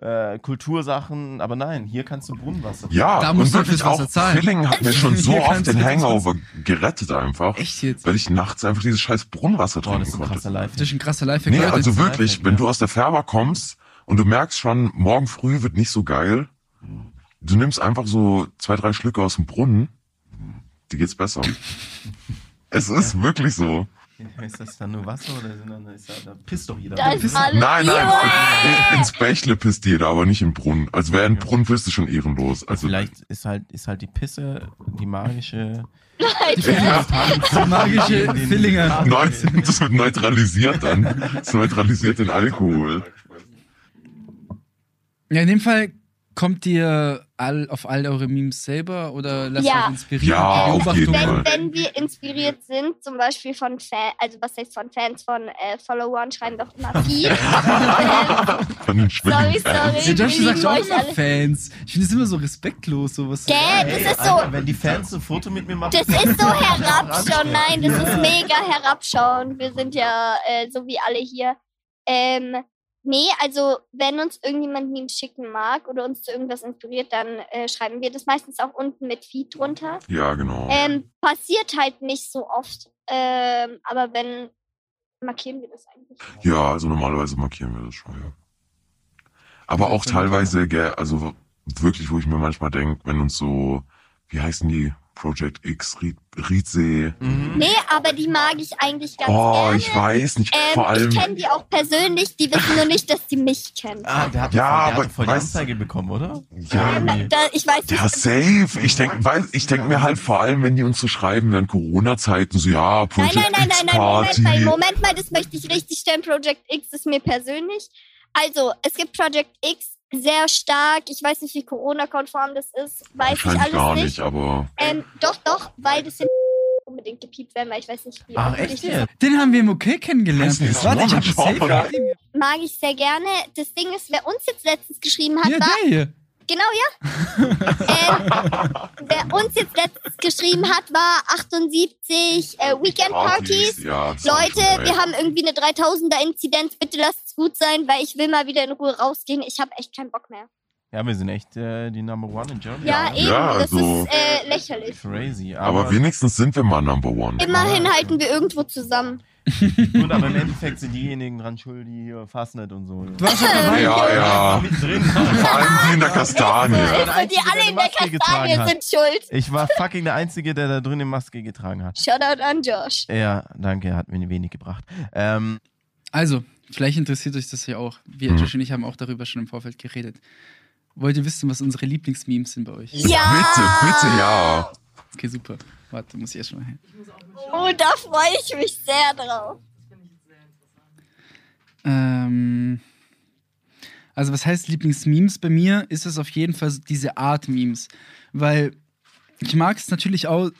[SPEAKER 3] äh, Kultursachen. Aber nein, hier kannst du Brunnenwasser.
[SPEAKER 1] Ja,
[SPEAKER 2] Da
[SPEAKER 1] und
[SPEAKER 2] musst du
[SPEAKER 1] wirklich
[SPEAKER 2] fürs Wasser
[SPEAKER 1] auch,
[SPEAKER 2] zahlen.
[SPEAKER 1] Filling hat mir schon so
[SPEAKER 2] Hier
[SPEAKER 1] oft
[SPEAKER 2] kannst du
[SPEAKER 1] den
[SPEAKER 2] das
[SPEAKER 1] Hangover gerettet einfach.
[SPEAKER 2] Echt jetzt?
[SPEAKER 1] weil ich nachts einfach dieses scheiß Brunnenwasser
[SPEAKER 3] Boah, das
[SPEAKER 1] trinken
[SPEAKER 3] ist ein
[SPEAKER 1] konnte.
[SPEAKER 3] krasser Life.
[SPEAKER 2] Das ist ein krasser Lifehack.
[SPEAKER 1] Nee,
[SPEAKER 2] Leute.
[SPEAKER 1] also
[SPEAKER 3] Lifehack,
[SPEAKER 1] wirklich,
[SPEAKER 3] ja.
[SPEAKER 1] wenn du aus der Färber kommst und du merkst schon, morgen früh wird nicht so geil, Du nimmst einfach so zwei, drei Schlücke aus dem Brunnen, dir geht's besser. es ist wirklich so.
[SPEAKER 3] [LAUGHS] Ist das dann nur Wasser oder sind dann, ist da, da pisst doch jeder?
[SPEAKER 4] Da ist alles.
[SPEAKER 1] Nein, nein,
[SPEAKER 4] Juhu!
[SPEAKER 1] in- ins Bächle pisst jeder, aber nicht im Brunnen. Also wer in den Brunnen pisst, ist schon ehrenlos. Also
[SPEAKER 3] Vielleicht ist halt, ist halt die Pisse, die magische.
[SPEAKER 1] ja, [LAUGHS]
[SPEAKER 2] Magische
[SPEAKER 3] Den- den-
[SPEAKER 2] Fillinger.
[SPEAKER 1] neu- [LAUGHS] das wird neutralisiert dann. Das neutralisiert den Alkohol.
[SPEAKER 2] Ja, in dem Fall kommt ihr all, auf all eure Memes selber oder lasst
[SPEAKER 4] Ja.
[SPEAKER 2] euch inspirieren?
[SPEAKER 1] Ja, auf
[SPEAKER 2] Beobachtung.
[SPEAKER 1] jeden Fall.
[SPEAKER 4] Wenn, wenn wir inspiriert sind, zum Beispiel von Fans, also was heißt von Fans, von äh, Followern, schreiben doch immer viel. ähm,
[SPEAKER 1] Von den Schwimmen.
[SPEAKER 4] Sorry, sorry.
[SPEAKER 2] Ja, Josh, du sagst
[SPEAKER 4] Wir
[SPEAKER 2] auch
[SPEAKER 4] lieben euch
[SPEAKER 2] immer
[SPEAKER 4] alle.
[SPEAKER 2] Fans. Ich finde es immer so respektlos, sowas. zu
[SPEAKER 4] Gell?
[SPEAKER 2] sagen.
[SPEAKER 4] Das
[SPEAKER 3] Ey,
[SPEAKER 4] ist
[SPEAKER 3] Alter,
[SPEAKER 4] so-
[SPEAKER 3] Wenn die Fans ein Foto mit mir machen.
[SPEAKER 4] das ist so herabschauen. Nein, das ist mega herabschauen. Wir sind ja äh, so wie alle hier. Ähm, nee, also wenn uns irgendjemand Memes schicken mag oder uns zu irgendwas inspiriert, dann äh, schreiben wir das meistens auch unten mit Feed drunter.
[SPEAKER 1] Ja, genau.
[SPEAKER 4] Ähm, passiert halt nicht so oft, ähm, aber wenn, markieren wir das eigentlich.
[SPEAKER 1] Ja, also normalerweise markieren wir das schon, ja. Aber auch teilweise, gell, also wirklich, wo ich mir manchmal denke, wenn uns so, wie heißen die? Project X, Ried, Riedsee.
[SPEAKER 3] Mhm.
[SPEAKER 4] Nee, aber die mag ich eigentlich ganz
[SPEAKER 1] Oh,
[SPEAKER 4] gerne.
[SPEAKER 1] ich weiß nicht.
[SPEAKER 4] ähm,
[SPEAKER 1] Vor allem,
[SPEAKER 4] ich kenne die auch persönlich, die wissen nur nicht, dass die mich kennen.
[SPEAKER 3] Ah, der hat
[SPEAKER 1] Ja,
[SPEAKER 3] ja, voll, der
[SPEAKER 1] aber
[SPEAKER 3] hat voll die
[SPEAKER 1] weißt-
[SPEAKER 3] Anzeige bekommen, oder?
[SPEAKER 1] Ja.
[SPEAKER 3] Irgendwie.
[SPEAKER 4] Ähm, Da, ich weiß
[SPEAKER 1] ja,
[SPEAKER 4] nicht,
[SPEAKER 1] safe. Ich denk, weil, ich denk mir halt vor allem, wenn die uns so schreiben, während Corona-Zeiten, so, ja,
[SPEAKER 4] Nein,
[SPEAKER 1] Project
[SPEAKER 4] nein, nein,
[SPEAKER 1] X
[SPEAKER 4] nein, nein, Moment
[SPEAKER 1] Party.
[SPEAKER 4] mal, Moment mal, das möchte ich richtig stellen. Project X ist mir persönlich. Also, es gibt Project X sehr stark. Ich weiß nicht, wie Corona-konform das ist. Weiß ich
[SPEAKER 1] Wahrscheinlich
[SPEAKER 4] alles
[SPEAKER 1] gar nicht,
[SPEAKER 4] nicht.
[SPEAKER 1] aber
[SPEAKER 4] Ähm, doch, doch, weil das sind unbedingt gepiept werden, weil ich weiß nicht, wie
[SPEAKER 3] Ach,
[SPEAKER 4] öffentlich
[SPEAKER 3] echt
[SPEAKER 4] das
[SPEAKER 3] jetzt?
[SPEAKER 2] Den haben wir im OK kennengelernt.
[SPEAKER 1] Heißt die das
[SPEAKER 2] Warte, ich hab
[SPEAKER 1] Orange
[SPEAKER 2] das safe
[SPEAKER 1] oder?
[SPEAKER 2] gesehen.
[SPEAKER 4] Mag ich sehr gerne. Das Ding ist, wer uns jetzt letztens geschrieben hat,
[SPEAKER 2] Ja,
[SPEAKER 4] war
[SPEAKER 2] der hier.
[SPEAKER 4] Genau,
[SPEAKER 2] [LAUGHS]
[SPEAKER 4] ja. ähm, wer uns jetzt letztens geschrieben hat, war 78 äh, Weekend-Partys.
[SPEAKER 1] ja, das hab ich
[SPEAKER 4] Leute,
[SPEAKER 1] schon mal,
[SPEAKER 4] wir haben irgendwie eine 3000er-Inzidenz. Bitte lasst es gut sein, weil ich will mal wieder in Ruhe rausgehen. Ich habe echt keinen Bock mehr.
[SPEAKER 3] Ja, wir sind echt äh, die Number One in Germany.
[SPEAKER 4] Ja,
[SPEAKER 3] ne?
[SPEAKER 4] eben.
[SPEAKER 1] Ja,
[SPEAKER 4] das
[SPEAKER 1] also-
[SPEAKER 4] ist äh, lächerlich.
[SPEAKER 3] Crazy. Aber,
[SPEAKER 1] aber wenigstens sind wir mal Number One.
[SPEAKER 4] Immerhin halten wir irgendwo zusammen.
[SPEAKER 3] gut, aber im Endeffekt sind diejenigen dran schuld, die hier Fastnet und so.
[SPEAKER 2] Du
[SPEAKER 4] [LAUGHS]
[SPEAKER 2] warst schon dabei.
[SPEAKER 1] Ja, ja.
[SPEAKER 3] Mittendrin.
[SPEAKER 1] [LAUGHS] Vor allem die in der Kastanie.
[SPEAKER 4] Also, die alle in der Kastanie sind schuld.
[SPEAKER 3] Ich war fucking der Einzige, der da drin eine Maske getragen hat.
[SPEAKER 4] Shoutout an Josh.
[SPEAKER 3] Ja, danke, hat mir wenig gebracht. Ähm,
[SPEAKER 2] Also, vielleicht interessiert euch das ja auch. Wir,
[SPEAKER 1] Mhm.
[SPEAKER 2] Josh und ich, haben auch darüber schon im Vorfeld geredet. Wollt ihr wissen, was unsere Lieblingsmemes sind bei euch?
[SPEAKER 4] Ja!
[SPEAKER 1] Bitte, bitte, ja.
[SPEAKER 2] Okay, super. Warte, muss ich erst mal hin.
[SPEAKER 4] Oh, da freue ich mich sehr drauf.
[SPEAKER 2] Ähm, also, was heißt Lieblingsmemes? Bei mir ist es auf jeden Fall diese Art Memes. Weil ich mag es natürlich auch,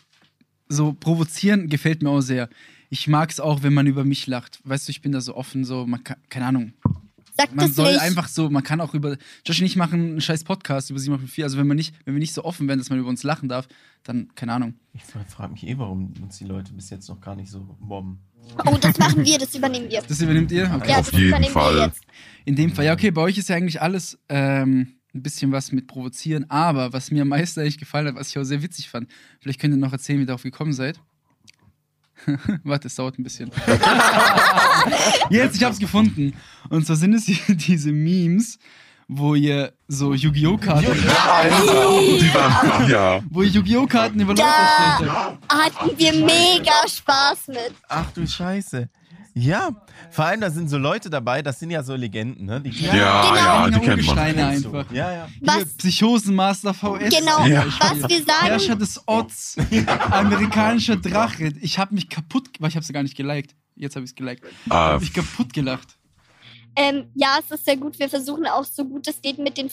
[SPEAKER 2] so provozieren gefällt mir auch sehr. Ich mag es auch, wenn man über mich lacht. Weißt du, ich bin da so offen, so, man kann, keine Ahnung.
[SPEAKER 4] Sag
[SPEAKER 2] Man
[SPEAKER 4] das
[SPEAKER 2] soll
[SPEAKER 4] nicht.
[SPEAKER 2] einfach so, man kann auch über. Josh und ich machen einen scheiß Podcast über 7.4. Also, wenn, man nicht, wenn wir nicht so offen wären, dass man über uns lachen darf, dann, keine Ahnung.
[SPEAKER 3] ich frage mich eh, warum uns die Leute bis jetzt noch gar nicht so mobben.
[SPEAKER 4] Oh, das machen wir, das übernehmen wir.
[SPEAKER 2] Das übernimmt ihr? Okay.
[SPEAKER 4] Ja,
[SPEAKER 1] Auf
[SPEAKER 4] das
[SPEAKER 1] jeden
[SPEAKER 4] übernehmen
[SPEAKER 1] Fall.
[SPEAKER 4] wir jetzt.
[SPEAKER 2] In dem Fall, ja, okay, bei euch ist ja eigentlich alles ähm, ein bisschen was mit provozieren, aber was mir am meisten eigentlich gefallen hat, was ich auch sehr witzig fand, vielleicht könnt ihr noch erzählen, wie ihr darauf gekommen seid. [LAUGHS] Warte, es dauert ein bisschen. [LAUGHS] Jetzt, ich hab's gefunden. Und zwar sind es hier [LAUGHS] diese Memes, wo ihr so Yu-Gi-Oh! Karten,
[SPEAKER 1] Die waren, ja.
[SPEAKER 2] wo ihr Yu-Gi-Oh! Karten über Leute
[SPEAKER 4] Ja.
[SPEAKER 2] stellt.
[SPEAKER 4] Ah, hatten wir mega Spaß mit.
[SPEAKER 3] Ach du Scheiße. Ja, vor allem da sind so Leute dabei, das sind ja so Legenden, ne? Die
[SPEAKER 1] Ja,
[SPEAKER 4] Genau,
[SPEAKER 1] ja, die kennt man.
[SPEAKER 2] Steine einfach.
[SPEAKER 3] Ja, ja.
[SPEAKER 2] Hier,
[SPEAKER 4] Was,
[SPEAKER 2] Psychosenmaster VS.
[SPEAKER 4] genau,
[SPEAKER 1] Ja.
[SPEAKER 4] was wir
[SPEAKER 2] Herrscher
[SPEAKER 4] sagen,
[SPEAKER 2] des Orts, amerikanischer Drache. Ich habe mich kaputt, ge- weil ich habe es gar nicht geliked. Jetzt habe ich es geliked. Ich
[SPEAKER 1] Ah,
[SPEAKER 2] habe mich kaputt gelacht.
[SPEAKER 4] ähm, ja, es ist sehr gut. Wir versuchen auch so gut es geht mit den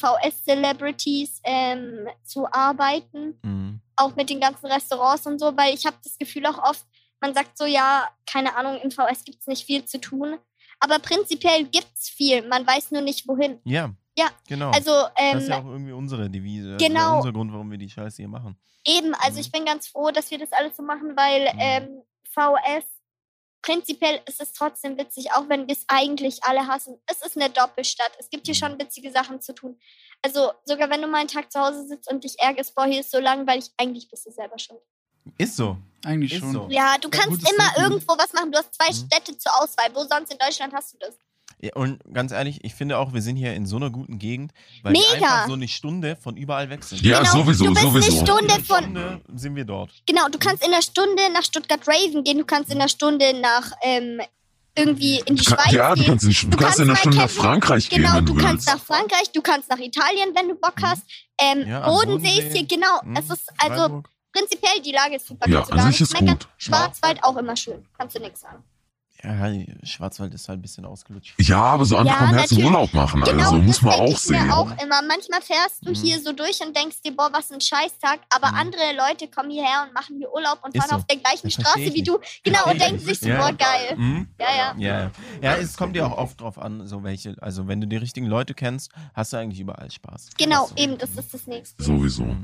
[SPEAKER 4] VS-Celebrities ähm, zu arbeiten,
[SPEAKER 3] Mhm.
[SPEAKER 4] auch mit den ganzen Restaurants und so, weil ich habe das Gefühl auch oft, man sagt so, ja, keine Ahnung, im VS gibt es nicht viel zu tun. Aber prinzipiell gibt es viel, man weiß nur nicht wohin.
[SPEAKER 3] Ja.
[SPEAKER 4] Ja,
[SPEAKER 3] Genau.
[SPEAKER 4] Also
[SPEAKER 3] das
[SPEAKER 4] ähm,
[SPEAKER 3] ist ja auch irgendwie unsere Devise. Das Ist ja
[SPEAKER 4] genau.
[SPEAKER 3] unser Grund, warum wir die Scheiße hier machen.
[SPEAKER 4] Eben,
[SPEAKER 1] Mhm.
[SPEAKER 4] also ich bin ganz froh, dass wir das alles so machen, weil ähm, VS, prinzipiell ist es trotzdem witzig, auch wenn wir es eigentlich alle hassen. Es ist eine Doppelstadt. Es gibt hier
[SPEAKER 1] Mhm.
[SPEAKER 4] schon witzige Sachen zu tun. Also sogar wenn du mal einen Tag zu Hause sitzt und dich ärgerst, boah, hier ist so langweilig, eigentlich bist du selber schuld.
[SPEAKER 3] Ist so.
[SPEAKER 2] Eigentlich
[SPEAKER 3] Ist
[SPEAKER 1] Oh,
[SPEAKER 2] schon.
[SPEAKER 3] so.
[SPEAKER 4] Ja, du
[SPEAKER 2] Ja,
[SPEAKER 4] kannst
[SPEAKER 2] gutes
[SPEAKER 4] immer
[SPEAKER 2] Statement.
[SPEAKER 4] irgendwo was machen. Du hast zwei
[SPEAKER 3] Mhm.
[SPEAKER 4] Städte zur Auswahl. Wo sonst in Deutschland hast du das?
[SPEAKER 3] Ja, Und ganz ehrlich, ich finde auch, wir sind hier in so einer guten Gegend, weil wir
[SPEAKER 4] Mega.
[SPEAKER 3] einfach so eine Stunde von überall weg sind.
[SPEAKER 1] Ja,
[SPEAKER 4] Genau,
[SPEAKER 1] sowieso,
[SPEAKER 4] du bist eine
[SPEAKER 1] sowieso. Mhm.
[SPEAKER 4] Stunde-
[SPEAKER 3] In einer
[SPEAKER 4] von-
[SPEAKER 3] Stunde sind wir dort.
[SPEAKER 4] Genau, du kannst in einer Stunde nach Stuttgart Raven gehen, du kannst in einer Stunde nach ähm, irgendwie in die
[SPEAKER 1] Du kann-
[SPEAKER 4] Schweiz
[SPEAKER 1] ja, du
[SPEAKER 4] gehen.
[SPEAKER 1] kannst, in, du kannst in einer
[SPEAKER 4] bei
[SPEAKER 1] Stunde nach
[SPEAKER 4] Kevin-
[SPEAKER 1] Frankreich gehen,
[SPEAKER 4] Genau,
[SPEAKER 1] wenn
[SPEAKER 4] du
[SPEAKER 1] du
[SPEAKER 4] kannst
[SPEAKER 1] willst.
[SPEAKER 4] nach Frankreich, du kannst nach Italien, wenn du Bock
[SPEAKER 3] Mhm.
[SPEAKER 4] hast. Ähm,
[SPEAKER 3] Ja, am
[SPEAKER 4] Bodensee ist
[SPEAKER 3] Bodensee.
[SPEAKER 4] hier, genau.
[SPEAKER 3] Hm,
[SPEAKER 4] Es ist also
[SPEAKER 3] Freiburg.
[SPEAKER 4] prinzipiell die Lage ist super.
[SPEAKER 1] Mhm. ja,
[SPEAKER 4] kannst du gar
[SPEAKER 1] an sich
[SPEAKER 4] nicht
[SPEAKER 1] ist
[SPEAKER 4] meckern.
[SPEAKER 1] gut.
[SPEAKER 4] Schwarzwald auch immer schön, kannst du nichts sagen.
[SPEAKER 3] Ja, die Schwarzwald ist halt ein bisschen ausgelutscht.
[SPEAKER 1] Ja, aber so andere
[SPEAKER 4] Ja,
[SPEAKER 1] kommen her zum
[SPEAKER 4] natürlich.
[SPEAKER 1] Urlaub machen.
[SPEAKER 4] Genau,
[SPEAKER 1] also muss man
[SPEAKER 4] das denk
[SPEAKER 1] auch
[SPEAKER 4] ich
[SPEAKER 1] sehen.
[SPEAKER 4] Mir auch immer. Manchmal fährst du
[SPEAKER 3] Mhm.
[SPEAKER 4] hier so durch und denkst dir, boah, was ein Scheißtag. Aber
[SPEAKER 3] Mhm.
[SPEAKER 4] andere Leute kommen hierher und machen hier Urlaub und
[SPEAKER 3] Ist
[SPEAKER 4] fahren
[SPEAKER 3] so.
[SPEAKER 4] auf der gleichen
[SPEAKER 3] Das
[SPEAKER 4] Straße
[SPEAKER 3] versteh ich
[SPEAKER 4] wie du. Genau,
[SPEAKER 3] Versteh
[SPEAKER 4] und
[SPEAKER 3] ich
[SPEAKER 4] denken
[SPEAKER 3] nicht.
[SPEAKER 4] sich so,
[SPEAKER 3] Ja.
[SPEAKER 4] boah, geil.
[SPEAKER 3] Hm?
[SPEAKER 1] Mhm.
[SPEAKER 4] Ja, ja.
[SPEAKER 3] Ja, ja. ja, es kommt ja auch oft drauf an, so welche, also wenn du die richtigen Leute kennst, hast du eigentlich überall Spaß.
[SPEAKER 4] Genau,
[SPEAKER 3] Also,
[SPEAKER 4] eben, das ist das nächste.
[SPEAKER 1] Sowieso.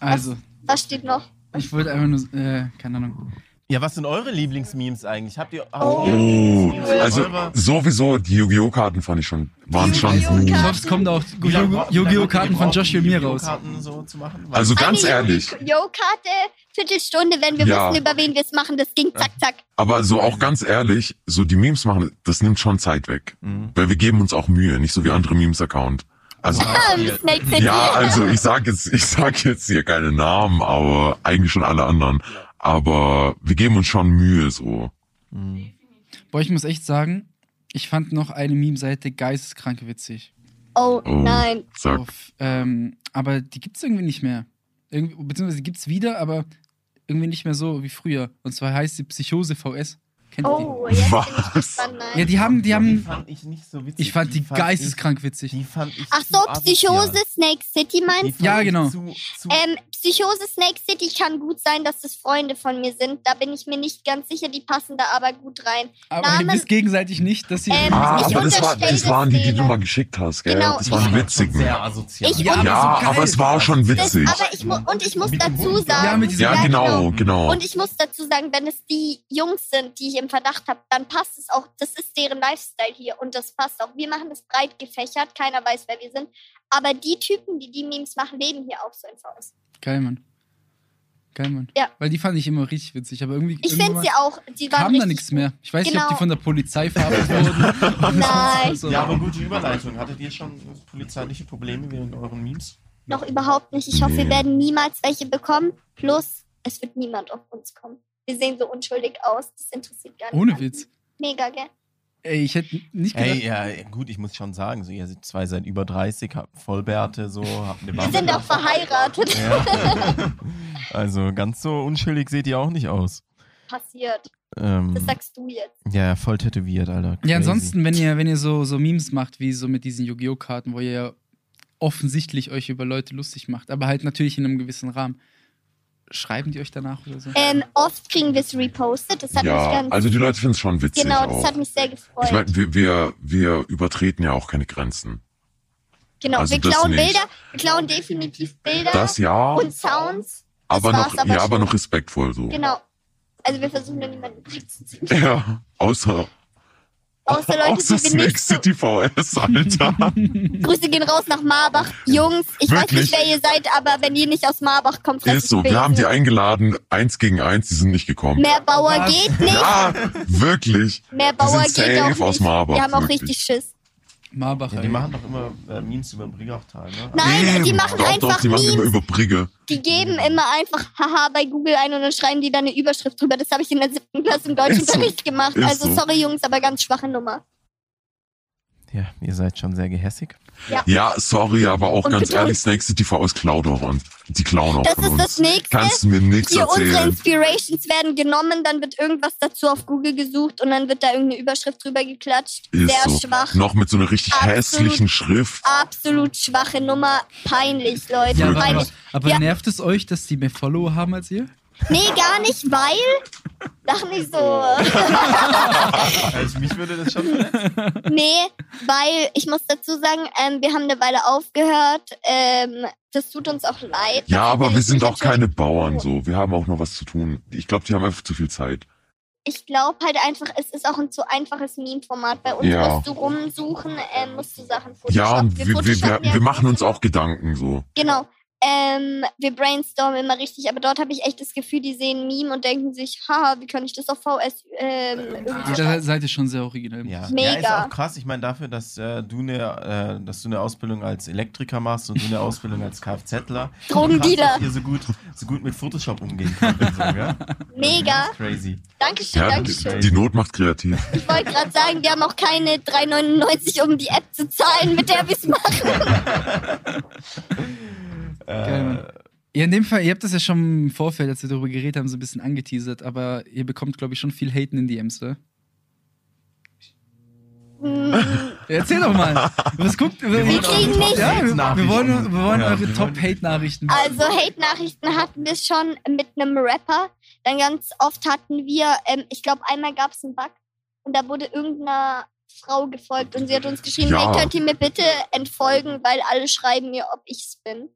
[SPEAKER 2] Also,
[SPEAKER 4] Was steht noch?
[SPEAKER 2] ich wollte einfach nur, äh, keine Ahnung.
[SPEAKER 3] Ja, was sind eure Lieblingsmemes eigentlich? Habt ihr. habt
[SPEAKER 4] Oh.
[SPEAKER 3] ihr
[SPEAKER 1] Oh,
[SPEAKER 3] Lieblingsmemes?
[SPEAKER 1] also
[SPEAKER 3] Eure-
[SPEAKER 1] sowieso, die Yu-Gi-Oh-Karten fand ich schon, waren schon
[SPEAKER 4] Yu-Gi-Oh!
[SPEAKER 1] gut.
[SPEAKER 2] Ich hoffe, es kommt auch
[SPEAKER 3] Wie lange braucht- wie lange habt ihr
[SPEAKER 2] Yu-Gi-Oh-Karten von
[SPEAKER 3] gebraucht,
[SPEAKER 2] Josh
[SPEAKER 3] um
[SPEAKER 2] Mir
[SPEAKER 3] Yu-Gi-Oh!
[SPEAKER 2] raus.
[SPEAKER 3] Karten so zu machen? Weil-
[SPEAKER 1] Also ganz
[SPEAKER 4] Eine
[SPEAKER 1] ehrlich,
[SPEAKER 4] Yo-Karte, Viertelstunde, wenn wir
[SPEAKER 1] Ja.
[SPEAKER 4] wissen, über wen wir es machen. Das ging zack, zack.
[SPEAKER 1] aber so auch ganz ehrlich, so die Memes machen, das nimmt schon Zeit weg.
[SPEAKER 3] Mhm.
[SPEAKER 1] Weil wir geben uns auch Mühe, nicht so wie andere Memes-Account. Also,
[SPEAKER 4] Ähm, Snake City.
[SPEAKER 1] ja, also ich sag jetzt, ich sag jetzt hier keine Namen, aber eigentlich schon alle anderen. Aber wir geben uns schon Mühe so.
[SPEAKER 3] Mhm.
[SPEAKER 2] Boah, ich muss echt sagen, ich fand noch eine Meme-Seite geisteskrank witzig.
[SPEAKER 4] Oh,
[SPEAKER 1] Oh.
[SPEAKER 4] nein.
[SPEAKER 1] Sag,
[SPEAKER 2] Auf, ähm, aber die gibt es irgendwie nicht mehr. Irgendwie, beziehungsweise die gibt es wieder, aber irgendwie nicht mehr so wie früher. Und zwar heißt sie Psychose VS. Kennt ihr
[SPEAKER 4] Oh, jetzt bin ich
[SPEAKER 1] Was?
[SPEAKER 4] gespannt.
[SPEAKER 2] die? Ja,
[SPEAKER 4] Nein.
[SPEAKER 2] die haben, die haben,
[SPEAKER 3] fand ich nicht so witzig.
[SPEAKER 2] ich fand die geisteskrank
[SPEAKER 3] ich-
[SPEAKER 2] witzig.
[SPEAKER 3] Die fand ich
[SPEAKER 4] Ach
[SPEAKER 3] zu
[SPEAKER 4] so,
[SPEAKER 3] asozial.
[SPEAKER 4] Psychose Snake City
[SPEAKER 3] Die
[SPEAKER 4] meinst
[SPEAKER 3] fand
[SPEAKER 2] Ja,
[SPEAKER 3] ich
[SPEAKER 2] genau.
[SPEAKER 3] Zu, zu
[SPEAKER 4] Ähm, Psychose Snake City kann gut sein, dass es Freunde von mir sind. Da bin ich mir nicht ganz sicher, die passen da aber gut rein.
[SPEAKER 2] Aber
[SPEAKER 4] Namen-
[SPEAKER 2] ihr wisst gegenseitig nicht, dass sie.
[SPEAKER 4] Ähm,
[SPEAKER 1] ah,
[SPEAKER 4] ich
[SPEAKER 1] aber das, war,
[SPEAKER 4] unterstelle
[SPEAKER 1] das waren die, die
[SPEAKER 4] Szene.
[SPEAKER 1] du mal geschickt hast, gell?
[SPEAKER 4] Genau,
[SPEAKER 1] das
[SPEAKER 4] ich-
[SPEAKER 1] waren
[SPEAKER 3] war
[SPEAKER 1] die witzigen.
[SPEAKER 3] schon Sehr asozial.
[SPEAKER 4] Ich-
[SPEAKER 2] ja, aber,
[SPEAKER 1] Ja,
[SPEAKER 2] so geil.
[SPEAKER 1] aber es war schon
[SPEAKER 4] Das,
[SPEAKER 1] witzig.
[SPEAKER 4] aber ich mu und ich muss
[SPEAKER 3] Mit dem
[SPEAKER 4] dazu
[SPEAKER 3] Hund.
[SPEAKER 4] sagen,
[SPEAKER 2] Ja, mit diesem
[SPEAKER 1] Ja,
[SPEAKER 2] Ja,
[SPEAKER 1] genau, genau.
[SPEAKER 4] Und ich muss dazu sagen, wenn es die Jungs sind, die ich im Verdacht habe, dann passt es auch. Das ist deren Lifestyle hier und das passt auch. Wir machen das breit gefächert, keiner weiß, wer wir sind. Aber die Typen, die die Memes machen, leben hier auch so in VS.
[SPEAKER 2] Geil, Mann. Geil, Mann.
[SPEAKER 4] Ja.
[SPEAKER 2] Weil die fand ich immer richtig witzig, aber irgendwie.
[SPEAKER 4] Ich finde
[SPEAKER 2] irgendwann
[SPEAKER 4] sie auch, die waren
[SPEAKER 2] kam da
[SPEAKER 4] richtig
[SPEAKER 2] nichts mehr. Ich weiß nicht, ob
[SPEAKER 4] Genau.
[SPEAKER 2] die von der Polizei verhaftet
[SPEAKER 4] [LAUGHS]
[SPEAKER 2] wurden. Und
[SPEAKER 4] Nein.
[SPEAKER 2] so-
[SPEAKER 3] ja, aber gute Überleitung. Hattet ihr schon polizeiliche Probleme während euren Memes?
[SPEAKER 4] noch überhaupt nicht. Ich hoffe, wir
[SPEAKER 1] Nee.
[SPEAKER 4] werden niemals welche bekommen. Plus, es wird niemand auf uns kommen. Wir sehen so unschuldig aus. Das interessiert gar nicht.
[SPEAKER 2] Ohne Witz.
[SPEAKER 4] Mega, gell?
[SPEAKER 2] Ey, ich hätte nicht gedacht.
[SPEAKER 3] Ey, ja, gut, ich muss schon sagen, so, ihr seid zwei seit über 30, habt Vollbärte, so, habt eine
[SPEAKER 4] Wir
[SPEAKER 3] Waffe.
[SPEAKER 4] sind auch verheiratet.
[SPEAKER 3] Ja. [LAUGHS] Also ganz so unschuldig seht ihr auch nicht aus.
[SPEAKER 4] [LAUGHS] Passiert.
[SPEAKER 3] Ähm,
[SPEAKER 4] Das sagst du jetzt.
[SPEAKER 3] ja, voll tätowiert, Alter. Crazy.
[SPEAKER 2] Ja, ansonsten, wenn ihr, wenn ihr so, so Memes macht, wie so mit diesen Yu-Gi-Oh! Karten, wo ihr ja offensichtlich euch über Leute lustig macht, aber halt natürlich in einem gewissen Rahmen. Schreiben die euch danach oder so?
[SPEAKER 4] Ähm, oft kriegen wir es repostet. Das hat mich
[SPEAKER 1] ja,
[SPEAKER 4] ganz.
[SPEAKER 1] also die Leute finden es schon witzig.
[SPEAKER 4] genau, das
[SPEAKER 1] auch.
[SPEAKER 4] hat mich sehr gefreut.
[SPEAKER 1] ich meine, wir, wir, wir übertreten ja auch keine Grenzen.
[SPEAKER 4] genau,
[SPEAKER 1] also
[SPEAKER 4] wir
[SPEAKER 1] das
[SPEAKER 4] klauen
[SPEAKER 1] nicht.
[SPEAKER 4] Bilder. Wir klauen definitiv Bilder
[SPEAKER 1] Das ja,
[SPEAKER 4] und Sounds.
[SPEAKER 1] aber
[SPEAKER 4] war's
[SPEAKER 1] noch,
[SPEAKER 4] aber
[SPEAKER 1] ja, aber
[SPEAKER 4] schon.
[SPEAKER 1] noch respektvoll so.
[SPEAKER 4] Genau. Also wir versuchen da niemanden reinzuziehen.
[SPEAKER 1] Ja, außer, [LAUGHS]
[SPEAKER 4] Außer Leute,
[SPEAKER 1] außer
[SPEAKER 4] die wir
[SPEAKER 1] Snake
[SPEAKER 4] nicht so
[SPEAKER 1] City VS,
[SPEAKER 4] [LAUGHS]
[SPEAKER 1] Alter.
[SPEAKER 4] Grüße gehen raus nach Marbach. Jungs, ich weiß
[SPEAKER 1] Wirklich?
[SPEAKER 4] nicht, wer ihr seid, aber wenn ihr nicht aus Marbach kommt, fress
[SPEAKER 1] Ist
[SPEAKER 4] ich
[SPEAKER 1] so, wir
[SPEAKER 4] Besen.
[SPEAKER 1] haben die eingeladen, eins gegen eins, die sind nicht gekommen.
[SPEAKER 4] Mehr Bauer
[SPEAKER 2] Was?
[SPEAKER 4] geht nicht.
[SPEAKER 1] Ja, wirklich.
[SPEAKER 4] Mehr
[SPEAKER 1] Die
[SPEAKER 4] Bauer
[SPEAKER 1] sind
[SPEAKER 4] geht
[SPEAKER 1] safe
[SPEAKER 4] auch nicht.
[SPEAKER 1] aus Marbach.
[SPEAKER 4] wir haben auch
[SPEAKER 1] wirklich.
[SPEAKER 4] richtig Schiss.
[SPEAKER 2] Marbach,
[SPEAKER 3] Ja, die
[SPEAKER 2] ey.
[SPEAKER 3] machen doch immer äh, Memes über Brigachtal, ne?
[SPEAKER 4] Nein,
[SPEAKER 1] Nee,
[SPEAKER 4] die machen
[SPEAKER 1] doch,
[SPEAKER 4] einfach
[SPEAKER 1] doch, die machen immer
[SPEAKER 4] Memes.
[SPEAKER 1] über Brigge.
[SPEAKER 4] Die geben immer einfach Haha bei Google ein und dann schreiben die da eine Überschrift drüber. Das habe ich in der siebten Klasse im Deutschunterricht gemacht.
[SPEAKER 1] Ist
[SPEAKER 4] Also
[SPEAKER 1] so.
[SPEAKER 4] sorry Jungs, aber ganz schwache Nummer.
[SPEAKER 3] Ja, ihr seid schon sehr gehässig.
[SPEAKER 1] Ja, sorry, aber auch
[SPEAKER 4] Und
[SPEAKER 1] ganz
[SPEAKER 4] bitte-
[SPEAKER 1] ehrlich, Snake City VS klaut auch und die klauen auch
[SPEAKER 4] Das
[SPEAKER 1] von
[SPEAKER 4] ist
[SPEAKER 1] uns.
[SPEAKER 4] das nächste.
[SPEAKER 1] Kannst du mir nichts
[SPEAKER 4] Hier unsere
[SPEAKER 1] erzählen.
[SPEAKER 4] Inspirations werden genommen, dann wird irgendwas dazu auf Google gesucht und dann wird da irgendeine Überschrift drüber geklatscht.
[SPEAKER 1] Ist
[SPEAKER 4] Sehr
[SPEAKER 1] so.
[SPEAKER 4] schwach.
[SPEAKER 1] Noch mit so einer richtig
[SPEAKER 4] Absolut.
[SPEAKER 1] hässlichen Schrift.
[SPEAKER 4] Absolut schwache Nummer. Peinlich, Leute.
[SPEAKER 2] Ja, aber, aber,
[SPEAKER 4] Peinlich.
[SPEAKER 2] aber
[SPEAKER 4] Ja.
[SPEAKER 2] nervt es euch, dass die mehr Follower haben als ihr?
[SPEAKER 4] Nee, gar nicht, weil. Lach nicht so.
[SPEAKER 1] Oh.
[SPEAKER 3] Also mich würde das [LAUGHS] schon verletzen.
[SPEAKER 4] Nee, weil ich muss dazu sagen, ähm, wir haben eine Weile aufgehört. Ähm, das tut uns auch leid.
[SPEAKER 1] Ja, aber wir sind auch
[SPEAKER 4] Natürlich.
[SPEAKER 1] keine Bauern so. Wir haben auch noch was zu tun. Ich glaube, die haben einfach zu viel Zeit.
[SPEAKER 4] Ich glaube halt einfach, es ist auch ein zu einfaches Meme-Format. Bei uns
[SPEAKER 1] Ja.
[SPEAKER 4] musst du rumsuchen, ähm, musst du Sachen
[SPEAKER 1] Ja,
[SPEAKER 4] photoshoppen.
[SPEAKER 1] und wir, wir, wir,
[SPEAKER 4] photoshoppen ja
[SPEAKER 1] wir machen uns
[SPEAKER 4] Sachen.
[SPEAKER 1] auch Gedanken so.
[SPEAKER 4] Genau. Ähm, wir brainstormen immer richtig, aber dort habe ich echt das Gefühl, die sehen ein Meme und denken sich, haha, wie kann ich das auf VS ähm, irgendwie
[SPEAKER 2] Da seid ihr schon sehr originell.
[SPEAKER 3] Ja. ja, ist
[SPEAKER 4] Mega.
[SPEAKER 3] auch krass. Ich meine, dafür, dass, äh, du eine, äh, dass du eine Ausbildung als Elektriker machst und du eine Ausbildung als Kfzler.
[SPEAKER 4] [LAUGHS] Drogendealer.
[SPEAKER 3] Krass, dass ihr so gut, so gut mit Photoshop umgehen könnt. und So, gell?
[SPEAKER 4] Mega.
[SPEAKER 3] Das ist Crazy.
[SPEAKER 4] Dankeschön,
[SPEAKER 1] Ja,
[SPEAKER 4] Dankeschön.
[SPEAKER 1] die, die Not macht kreativ.
[SPEAKER 4] Ich wollte gerade sagen, wir haben auch keine 3,99, um die App zu zahlen, mit der wir es machen.
[SPEAKER 2] Geil, Mann. Ja, in dem Fall, ihr habt das ja schon im Vorfeld, als wir darüber geredet haben, so ein bisschen angeteasert, aber ihr bekommt, glaube ich, schon viel Haten in ne? DMs, oder?
[SPEAKER 4] Mm,
[SPEAKER 2] Ja, Erzähl doch
[SPEAKER 3] [LAUGHS]
[SPEAKER 2] mal. Was guckt Wir
[SPEAKER 4] kriegen nicht-
[SPEAKER 2] Ja, wir, wir wollen, wir wollen
[SPEAKER 3] Ja,
[SPEAKER 2] eure
[SPEAKER 3] wir wollen-
[SPEAKER 2] Top-Hate-Nachrichten.
[SPEAKER 4] also Hate-Nachrichten hatten wir schon mit einem Rapper. Dann ganz oft hatten wir, ähm, ich glaube, einmal gab es einen Bug und da wurde irgendeiner Frau gefolgt und sie hat uns geschrieben,
[SPEAKER 1] Ja.
[SPEAKER 4] hey, könnt ihr mir bitte entfolgen, weil alle schreiben mir, ob ich's bin.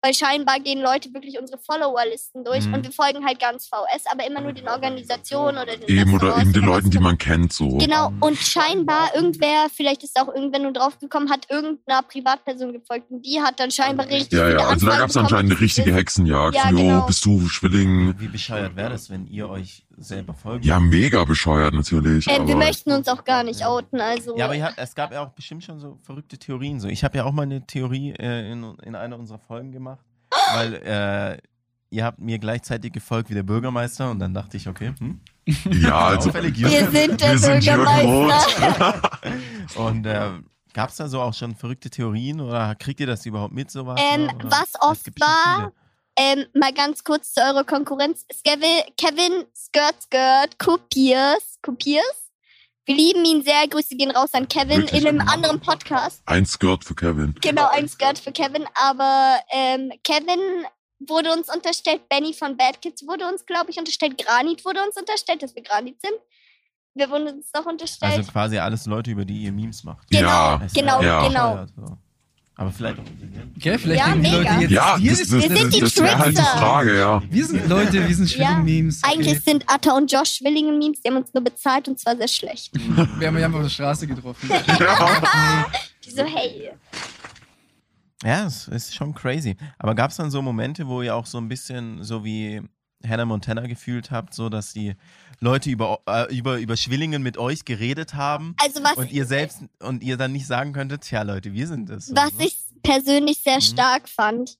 [SPEAKER 4] Weil scheinbar gehen Leute wirklich unsere Followerlisten durch
[SPEAKER 3] Mhm.
[SPEAKER 4] und wir folgen halt ganz VS, aber immer nur den Organisationen oder den
[SPEAKER 1] Eben oder
[SPEAKER 4] Restaurants
[SPEAKER 1] eben den
[SPEAKER 4] was
[SPEAKER 1] Leuten, die
[SPEAKER 4] für-
[SPEAKER 1] man kennt, so.
[SPEAKER 4] Genau, und scheinbar irgendwer, vielleicht ist auch irgendwer nur draufgekommen, hat irgendeiner Privatperson gefolgt und die hat dann scheinbar
[SPEAKER 1] Ja,
[SPEAKER 4] richtig.
[SPEAKER 1] ja,
[SPEAKER 4] viele
[SPEAKER 1] also da
[SPEAKER 4] Anfragen
[SPEAKER 1] gab es anscheinend eine
[SPEAKER 4] bekommen.
[SPEAKER 1] richtige Hexenjagd.
[SPEAKER 4] Ja,
[SPEAKER 1] so, jo,
[SPEAKER 4] genau.
[SPEAKER 1] bist du Schwilling?
[SPEAKER 3] Wie bescheuert wäre das, wenn ihr euch selber folgt?
[SPEAKER 1] Ja, mega bescheuert natürlich.
[SPEAKER 4] Ähm, wir
[SPEAKER 1] aber
[SPEAKER 4] möchten uns auch gar nicht outen, also.
[SPEAKER 3] Ja, aber ihr habt, es gab ja auch bestimmt schon so verrückte Theorien. So, ich habe ja auch mal eine Theorie äh, in, in einer unserer Folgen gemacht, weil äh, ihr habt mir gleichzeitig gefolgt wie der Bürgermeister und dann dachte ich, okay, hm,
[SPEAKER 2] Genau.
[SPEAKER 1] ja, also
[SPEAKER 3] auffällig,
[SPEAKER 4] wir
[SPEAKER 3] Jürgen.
[SPEAKER 4] sind der
[SPEAKER 1] wir sind Jürgen
[SPEAKER 4] Bürgermeister.
[SPEAKER 3] Und äh, gab es da so auch schon verrückte Theorien oder kriegt ihr das überhaupt mit sowas?
[SPEAKER 4] Ähm,
[SPEAKER 3] ne? Oder?
[SPEAKER 4] was
[SPEAKER 3] Es
[SPEAKER 4] oft
[SPEAKER 3] gibt bestimmt
[SPEAKER 4] war, ähm, mal ganz kurz zu eurer Konkurrenz. Skevi- Kevin Skirt Skirt Kopiers, Kopiers. Wir lieben ihn sehr. Grüße gehen raus an Kevin
[SPEAKER 1] Wirklich?
[SPEAKER 4] in einem anderen Podcast.
[SPEAKER 1] ein Skirt für Kevin.
[SPEAKER 4] Genau, ein Skirt für Kevin. Aber ähm, Kevin wurde uns unterstellt, Benny von Bad Kids wurde uns, glaube ich, unterstellt, Granit wurde uns unterstellt, dass wir Granit sind. Wir wurden uns noch
[SPEAKER 3] viele.
[SPEAKER 4] unterstellt.
[SPEAKER 3] Also quasi alles Leute, über die ihr Memes macht.
[SPEAKER 4] Genau,
[SPEAKER 1] ja.
[SPEAKER 3] Es
[SPEAKER 4] genau,
[SPEAKER 3] wär
[SPEAKER 1] Ja.
[SPEAKER 4] genau.
[SPEAKER 3] bescheuert, so. Aber vielleicht auch.
[SPEAKER 2] Okay, vielleicht
[SPEAKER 4] Ja,
[SPEAKER 2] denken die
[SPEAKER 4] mega.
[SPEAKER 2] Leute jetzt.
[SPEAKER 1] Ja,
[SPEAKER 2] wir,
[SPEAKER 1] das, das,
[SPEAKER 4] sind
[SPEAKER 1] das,
[SPEAKER 4] die
[SPEAKER 1] das wäre halt die
[SPEAKER 4] Trickster.
[SPEAKER 1] Frage, ja.
[SPEAKER 2] wir sind Leute, wir sind
[SPEAKER 4] Ja,
[SPEAKER 2] Schwilling-Memes. okay.
[SPEAKER 4] Eigentlich sind Atta und Josh Schwillinge Memes, die haben uns nur bezahlt und zwar sehr schlecht.
[SPEAKER 2] Wir haben ja einfach auf der Straße
[SPEAKER 4] [LAUGHS]
[SPEAKER 2] getroffen.
[SPEAKER 1] ja.
[SPEAKER 4] Die so, hey.
[SPEAKER 3] Ja, es ist schon crazy. Aber gab es dann so Momente, wo ihr auch so ein bisschen so wie Hannah Montana gefühlt habt, so dass die Leute über, äh, über, über Schwillingen mit euch geredet haben
[SPEAKER 4] Also was,
[SPEAKER 3] und ihr selbst und ihr dann nicht sagen könntet, tja Leute, wir sind es.
[SPEAKER 4] was
[SPEAKER 3] so. ne?
[SPEAKER 4] ich persönlich sehr
[SPEAKER 3] Mhm.
[SPEAKER 4] stark fand,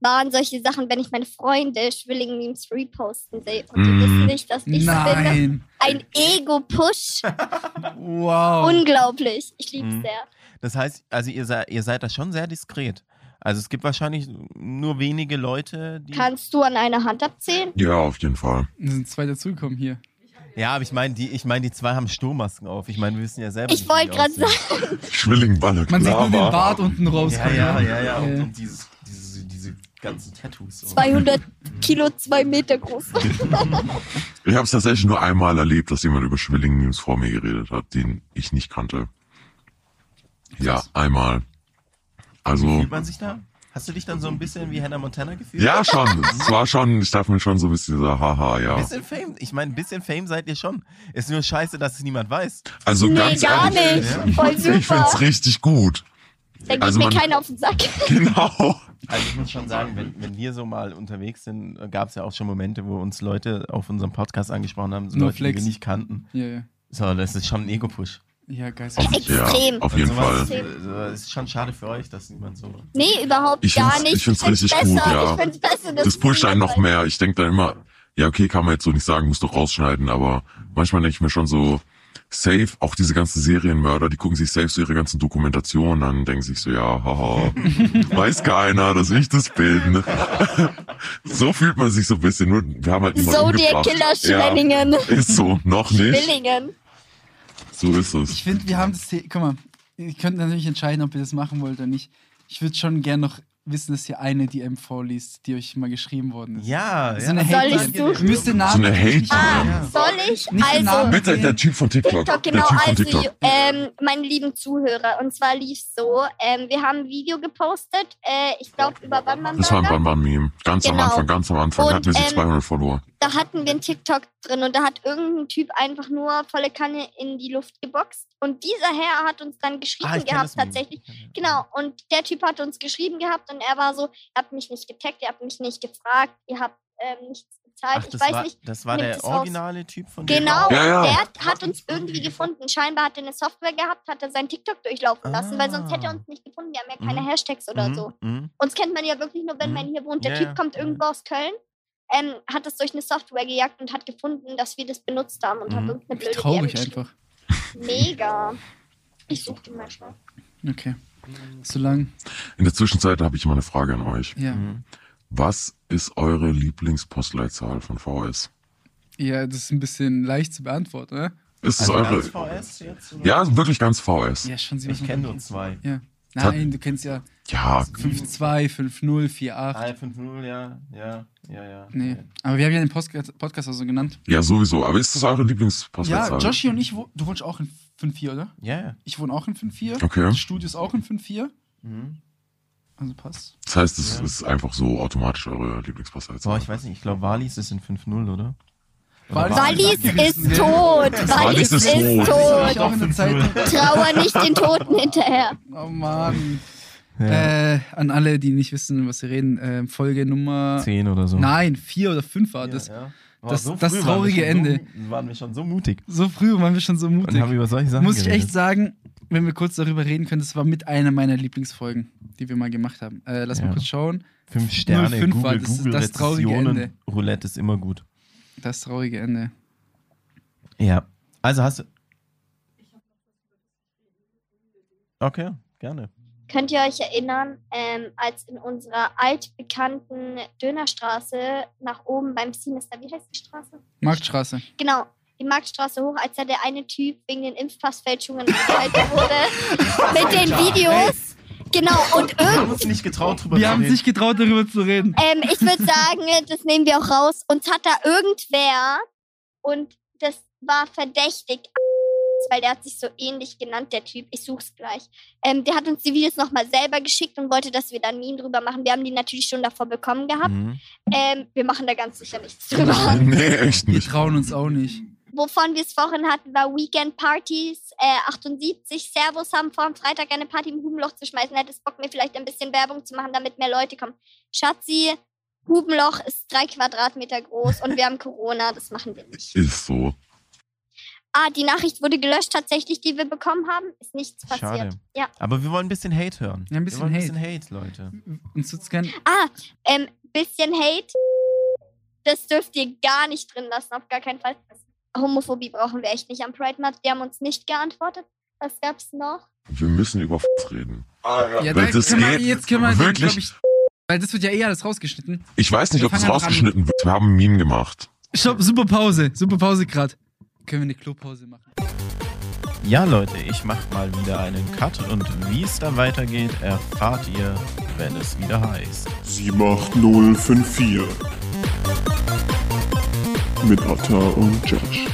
[SPEAKER 4] waren solche Sachen, wenn ich meine Freunde Schwillinge Memes reposten sehe und
[SPEAKER 1] Mhm.
[SPEAKER 4] die wissen nicht, dass ich bin.
[SPEAKER 2] Nein.
[SPEAKER 4] Ein Ego-Push.
[SPEAKER 2] Wow.
[SPEAKER 4] Unglaublich. Ich liebe es
[SPEAKER 3] Mhm.
[SPEAKER 4] sehr.
[SPEAKER 3] Das heißt, also ihr, sei, ihr seid da schon sehr diskret. Also es gibt wahrscheinlich nur wenige Leute, die.
[SPEAKER 4] Kannst du an einer Hand abzählen?
[SPEAKER 1] ja, auf jeden Fall.
[SPEAKER 2] Da sind zwei dazugekommen hier.
[SPEAKER 3] ja, aber ich meine, die, ich meine, die zwei haben Sturmmasken auf. Ich meine, wir wissen ja selber.
[SPEAKER 4] Ich
[SPEAKER 3] nicht, wie die
[SPEAKER 4] wollte gerade
[SPEAKER 3] aussehen.
[SPEAKER 1] Schwillingballe,
[SPEAKER 2] Man sieht nur den
[SPEAKER 1] Lava.
[SPEAKER 2] Bart unten
[SPEAKER 3] Ja,
[SPEAKER 2] rauskommen.
[SPEAKER 3] ja, ja, ja. Und,
[SPEAKER 2] Äh,
[SPEAKER 3] und dieses, diese, diese ganzen Tattoos. so.
[SPEAKER 4] 200 Kilo, zwei Meter groß.
[SPEAKER 1] Ich habe es tatsächlich nur einmal erlebt, dass jemand über Schwilling-Memes vor mir geredet hat, den ich nicht kannte. Ja, einmal. Also,
[SPEAKER 3] Fühlt man sich da? Hast du dich dann so ein bisschen wie Hannah Montana gefühlt?
[SPEAKER 1] ja, schon. Es war schon, ich darf mir schon so ein bisschen sagen, haha,
[SPEAKER 3] Ein
[SPEAKER 1] ja.
[SPEAKER 3] bisschen Fame. Ich meine, ein bisschen Fame seid ihr schon. Ist nur scheiße, dass es niemand weiß.
[SPEAKER 1] Also
[SPEAKER 4] nee,
[SPEAKER 1] ganz
[SPEAKER 4] gar
[SPEAKER 1] ehrlich,
[SPEAKER 4] nicht. Voll
[SPEAKER 1] ich find's
[SPEAKER 4] super.
[SPEAKER 1] richtig gut.
[SPEAKER 4] Dann geht
[SPEAKER 1] also
[SPEAKER 4] mir
[SPEAKER 1] man-
[SPEAKER 4] keiner auf den Sack.
[SPEAKER 1] Genau.
[SPEAKER 3] Also ich muss schon sagen, wenn, wenn wir so mal unterwegs sind, gab es ja auch schon Momente, wo uns Leute auf unserem Podcast angesprochen haben, so
[SPEAKER 2] No
[SPEAKER 3] Leute, die wir
[SPEAKER 2] flex.
[SPEAKER 3] nicht kannten.
[SPEAKER 2] Ja, ja.
[SPEAKER 3] So, das ist schon ein Ego-Push.
[SPEAKER 2] Ja,
[SPEAKER 4] Äh,
[SPEAKER 2] geil.
[SPEAKER 1] Ja,
[SPEAKER 4] Extrem.
[SPEAKER 1] auf jeden
[SPEAKER 3] Und sowas
[SPEAKER 1] Fall.
[SPEAKER 4] Fall.
[SPEAKER 3] Ist, äh, ist schon schade für euch, dass niemand so.
[SPEAKER 4] Nee, überhaupt
[SPEAKER 1] Ich
[SPEAKER 4] gar
[SPEAKER 1] find's-
[SPEAKER 4] nicht.
[SPEAKER 1] ich find's richtig
[SPEAKER 4] besser.
[SPEAKER 1] gut, ja.
[SPEAKER 4] Ich find's besser. dass
[SPEAKER 1] Das
[SPEAKER 4] du
[SPEAKER 1] pusht einen noch
[SPEAKER 4] dabei
[SPEAKER 1] mehr. Ich denk dann immer, ja, okay, kann man jetzt so nicht sagen, muss doch rausschneiden, aber manchmal denke ich mir schon so, safe, auch diese ganzen Serienmörder, die gucken sich selbst ihre ganzen Dokumentationen an, denken sich so, ja,
[SPEAKER 4] [LAUGHS]
[SPEAKER 1] haha, weiß keiner, dass ich das bin. so fühlt man sich so ein bisschen, nur wir haben halt
[SPEAKER 4] bist.
[SPEAKER 1] niemanden
[SPEAKER 4] Zodiac
[SPEAKER 1] umgebracht.
[SPEAKER 4] Killer
[SPEAKER 1] ja,
[SPEAKER 4] Schwenningen.
[SPEAKER 1] Ist so, noch nicht.
[SPEAKER 4] Billingen.
[SPEAKER 1] So ist
[SPEAKER 2] Ich
[SPEAKER 1] es.
[SPEAKER 2] finde, wir haben das. The Guck mal, ihr könnt natürlich entscheiden, ob ihr das machen wollt oder nicht. Ich würde schon gern noch wissen, dass ihr eine DM vorliest, die euch mal geschrieben worden ist.
[SPEAKER 3] Ja, Ah,
[SPEAKER 2] So
[SPEAKER 3] ja.
[SPEAKER 2] eine
[SPEAKER 4] Soll
[SPEAKER 2] hate
[SPEAKER 4] ich suchen?
[SPEAKER 2] Müsst den Namen
[SPEAKER 1] So eine Hate-
[SPEAKER 2] nicht nennen.
[SPEAKER 4] Ah, Soll ich?
[SPEAKER 2] Nicht den Namen
[SPEAKER 4] Also,
[SPEAKER 1] Bitte, der Typ von TikTok.
[SPEAKER 4] TikTok,
[SPEAKER 1] der
[SPEAKER 4] genau.
[SPEAKER 1] Typ von
[SPEAKER 4] Also,
[SPEAKER 1] TikTok.
[SPEAKER 4] ähm, meine lieben Zuhörer, und zwar lief's so: ähm, Wir haben ein Video gepostet, äh, ich glaube, über
[SPEAKER 1] Das war ein
[SPEAKER 4] Bandmann.
[SPEAKER 1] Banban-Meme. Ganz am
[SPEAKER 4] Genau.
[SPEAKER 1] Anfang, ganz am Anfang.
[SPEAKER 4] Und,
[SPEAKER 1] hatten wir so
[SPEAKER 4] ähm,
[SPEAKER 1] 200 Follower.
[SPEAKER 4] da hatten wir einen TikTok drin und da hat irgendein Typ einfach nur volle Kanne in die Luft geboxt. Und dieser Herr hat uns dann geschrieben
[SPEAKER 3] Ah, ich kenn
[SPEAKER 4] gehabt Genau,
[SPEAKER 3] das Meme.
[SPEAKER 4] tatsächlich. Genau, und der Typ hat uns geschrieben gehabt Und er war so, ihr habt mich nicht getaggt, ihr habt mich nicht gefragt, ihr habt ähm, nichts bezahlt.
[SPEAKER 3] Ach,
[SPEAKER 4] ich
[SPEAKER 3] das
[SPEAKER 4] weiß
[SPEAKER 3] war,
[SPEAKER 4] nicht.
[SPEAKER 3] das war
[SPEAKER 4] nimmt
[SPEAKER 3] der
[SPEAKER 4] es raus.
[SPEAKER 3] originale Typ von dem
[SPEAKER 4] Genau,
[SPEAKER 3] auch?
[SPEAKER 1] Ja, ja.
[SPEAKER 4] der hat- hat uns irgendwie gefunden. Scheinbar hat er eine Software gehabt, hat er seinen TikTok durchlaufen lassen, weil sonst hätte er
[SPEAKER 3] Ah.
[SPEAKER 4] uns nicht gefunden. Wir haben ja keine
[SPEAKER 3] Mhm.
[SPEAKER 4] Hashtags oder
[SPEAKER 3] Mhm,
[SPEAKER 4] so.
[SPEAKER 3] mhm.
[SPEAKER 4] Uns kennt man ja wirklich nur, wenn
[SPEAKER 3] Mhm.
[SPEAKER 4] man hier wohnt. Der
[SPEAKER 3] Ja, ja.
[SPEAKER 4] Typ kommt irgendwo aus Köln, ähm, hat es durch eine Software gejagt und hat gefunden, dass wir das benutzt haben und hat
[SPEAKER 3] Mhm.
[SPEAKER 4] uns eine
[SPEAKER 2] Wie
[SPEAKER 4] blöde
[SPEAKER 2] traurig
[SPEAKER 4] DM geschrieben.
[SPEAKER 2] einfach.
[SPEAKER 4] Mega. Ich suche die mal schnell.
[SPEAKER 2] Okay. Solange.
[SPEAKER 1] In der Zwischenzeit habe ich mal eine Frage an euch.
[SPEAKER 2] Ja.
[SPEAKER 3] Mhm.
[SPEAKER 1] Was ist eure Lieblingspostleitzahl von VS?
[SPEAKER 2] Ja, das ist ein bisschen leicht zu beantworten, oder?
[SPEAKER 1] Ist es
[SPEAKER 3] Also
[SPEAKER 1] eure?
[SPEAKER 3] ganz VS jetzt? oder?
[SPEAKER 1] Ja, wirklich ganz VS.
[SPEAKER 2] Ja, schon sie
[SPEAKER 3] Ich kenne nur zwei.
[SPEAKER 2] Ja. Nein, du kennst ja
[SPEAKER 1] Ja,
[SPEAKER 2] 52, 50, 48.
[SPEAKER 3] 350, ja, ja, ja, ja.
[SPEAKER 2] Nee. Aber wir haben ja den Postcast- Podcast auch so genannt.
[SPEAKER 1] ja, sowieso. Aber ist das eure
[SPEAKER 2] Ja,
[SPEAKER 1] Lieblingspostleitzahl?
[SPEAKER 2] Joshi und ich, wo- du wohnst auch in 5-4, oder?
[SPEAKER 3] Ja, ja.
[SPEAKER 2] Ich wohne auch in 5-4.
[SPEAKER 1] Okay.
[SPEAKER 2] Das Studio ist auch in 5-4.
[SPEAKER 3] Mhm.
[SPEAKER 2] Also passt.
[SPEAKER 1] Das heißt, es
[SPEAKER 3] Ja.
[SPEAKER 1] ist einfach so automatisch eure
[SPEAKER 3] Boah,
[SPEAKER 1] Lieblingspostleitzahl.
[SPEAKER 3] ich weiß nicht, ich glaube, Walis ist in 5-0, oder? Oder
[SPEAKER 2] Wallis-
[SPEAKER 3] Wallis-
[SPEAKER 4] Wallis
[SPEAKER 2] Ja.
[SPEAKER 4] ist tot.
[SPEAKER 1] Wallis
[SPEAKER 4] Wallis
[SPEAKER 1] ist
[SPEAKER 4] ist
[SPEAKER 3] Oh,
[SPEAKER 1] tot.
[SPEAKER 2] War
[SPEAKER 4] tot.
[SPEAKER 2] Also, ich auch in der Zeit.
[SPEAKER 4] Trauer nicht den Toten hinterher.
[SPEAKER 2] Oh Mann.
[SPEAKER 3] Ja.
[SPEAKER 2] Äh, an alle, die nicht wissen, was wir reden, äh, Folge Nummer.
[SPEAKER 3] 10 oder so.
[SPEAKER 2] Nein, 4 oder 5 war
[SPEAKER 3] Ja,
[SPEAKER 2] das.
[SPEAKER 3] ja.
[SPEAKER 2] das-
[SPEAKER 3] Boah,
[SPEAKER 2] das
[SPEAKER 3] früh waren wir
[SPEAKER 2] traurige
[SPEAKER 3] schon
[SPEAKER 2] Ende.
[SPEAKER 3] So, waren wir schon so mutig.
[SPEAKER 2] So früh waren wir schon so mutig.
[SPEAKER 3] Und haben über solche Sachen
[SPEAKER 2] Muss ich
[SPEAKER 3] geredet.
[SPEAKER 2] echt sagen, wenn wir kurz darüber reden können, das war mit einer meiner Lieblingsfolgen, die wir mal gemacht haben. Äh, lass mal
[SPEAKER 3] Ja.
[SPEAKER 2] kurz schauen.
[SPEAKER 3] Fünf Sterne,
[SPEAKER 2] 05 war
[SPEAKER 3] Google,
[SPEAKER 2] das-
[SPEAKER 3] Google,
[SPEAKER 2] das traurige
[SPEAKER 3] Rezensionen,
[SPEAKER 2] Ende.
[SPEAKER 3] Roulette ist immer gut.
[SPEAKER 2] Das traurige Ende.
[SPEAKER 3] Ja. Also hast du... Okay, gerne.
[SPEAKER 4] Könnt ihr euch erinnern, ähm, als in unserer altbekannten Dönerstraße nach oben beim Sinister, wie heißt die Straße?
[SPEAKER 2] Marktstraße.
[SPEAKER 4] Genau, die Marktstraße hoch, als da der eine Typ wegen den Impfpassfälschungen gehalten wurde mit den Videos. Genau, und
[SPEAKER 3] Wir
[SPEAKER 4] irgend,
[SPEAKER 3] haben uns nicht getraut, drüber
[SPEAKER 2] Wir haben
[SPEAKER 3] zu
[SPEAKER 2] uns
[SPEAKER 3] reden.
[SPEAKER 2] nicht getraut, darüber zu
[SPEAKER 4] [LAUGHS]
[SPEAKER 2] reden.
[SPEAKER 4] ähm, ich würde sagen, das nehmen wir auch raus. Uns hat da irgendwer und das war verdächtig, weil der hat sich so ähnlich genannt, der Typ. Ich such's gleich. Ähm, der hat uns die Videos nochmal selber geschickt und wollte, dass wir da ein Meme drüber machen. Wir haben die natürlich schon davor bekommen gehabt.
[SPEAKER 3] Mhm.
[SPEAKER 4] Ähm, wir machen da ganz sicher nichts drüber.
[SPEAKER 1] Nee, echt
[SPEAKER 2] Wir
[SPEAKER 1] nicht.
[SPEAKER 2] trauen uns auch nicht.
[SPEAKER 4] wovon wir es vorhin hatten, war Weekend Partys, äh, 78, Servus haben vor am Freitag eine Party im Hubenloch zu schmeißen. Hättest Bock, mir vielleicht ein bisschen Werbung zu machen, damit mehr Leute kommen. Schatzi, Hubenloch ist drei Quadratmeter groß und wir haben Corona, das machen wir
[SPEAKER 1] [LAUGHS]
[SPEAKER 4] nicht.
[SPEAKER 1] Ist so.
[SPEAKER 4] Ah, die Nachricht wurde gelöscht tatsächlich, die wir bekommen haben. Ist nichts passiert.
[SPEAKER 3] Schade.
[SPEAKER 4] Ja.
[SPEAKER 3] Aber wir wollen ein bisschen Hate hören.
[SPEAKER 2] Ja, ein bisschen
[SPEAKER 3] wir wollen
[SPEAKER 2] Hate.
[SPEAKER 3] ein bisschen Hate, Leute.
[SPEAKER 2] Uns tut's gern.
[SPEAKER 4] Ah, ähm, bisschen Hate. Das dürft ihr gar nicht drin lassen, auf gar keinen Fall. Homophobie brauchen wir echt nicht am Pride Month. Die haben uns nicht geantwortet. Was gab's noch?
[SPEAKER 1] Wir müssen über F*** reden.
[SPEAKER 2] Ja,
[SPEAKER 1] Weil
[SPEAKER 2] da
[SPEAKER 1] das
[SPEAKER 2] können wir,
[SPEAKER 1] geht
[SPEAKER 2] jetzt können wir,
[SPEAKER 1] wirklich-
[SPEAKER 2] glaub ich, weil das wird ja eh alles rausgeschnitten.
[SPEAKER 1] Ich weiß nicht,
[SPEAKER 2] Wir
[SPEAKER 1] ob das
[SPEAKER 2] fangen an.
[SPEAKER 1] rausgeschnitten wird. Wir haben ein Meme gemacht.
[SPEAKER 2] Stopp, super Pause, super Pause gerade. Können wir eine Klopause machen?
[SPEAKER 3] Ja, Leute, ich mach mal wieder einen Cut und wie es dann weitergeht, erfahrt ihr, wenn es wieder heißt.
[SPEAKER 5] 78054. Mit Atta und Josh.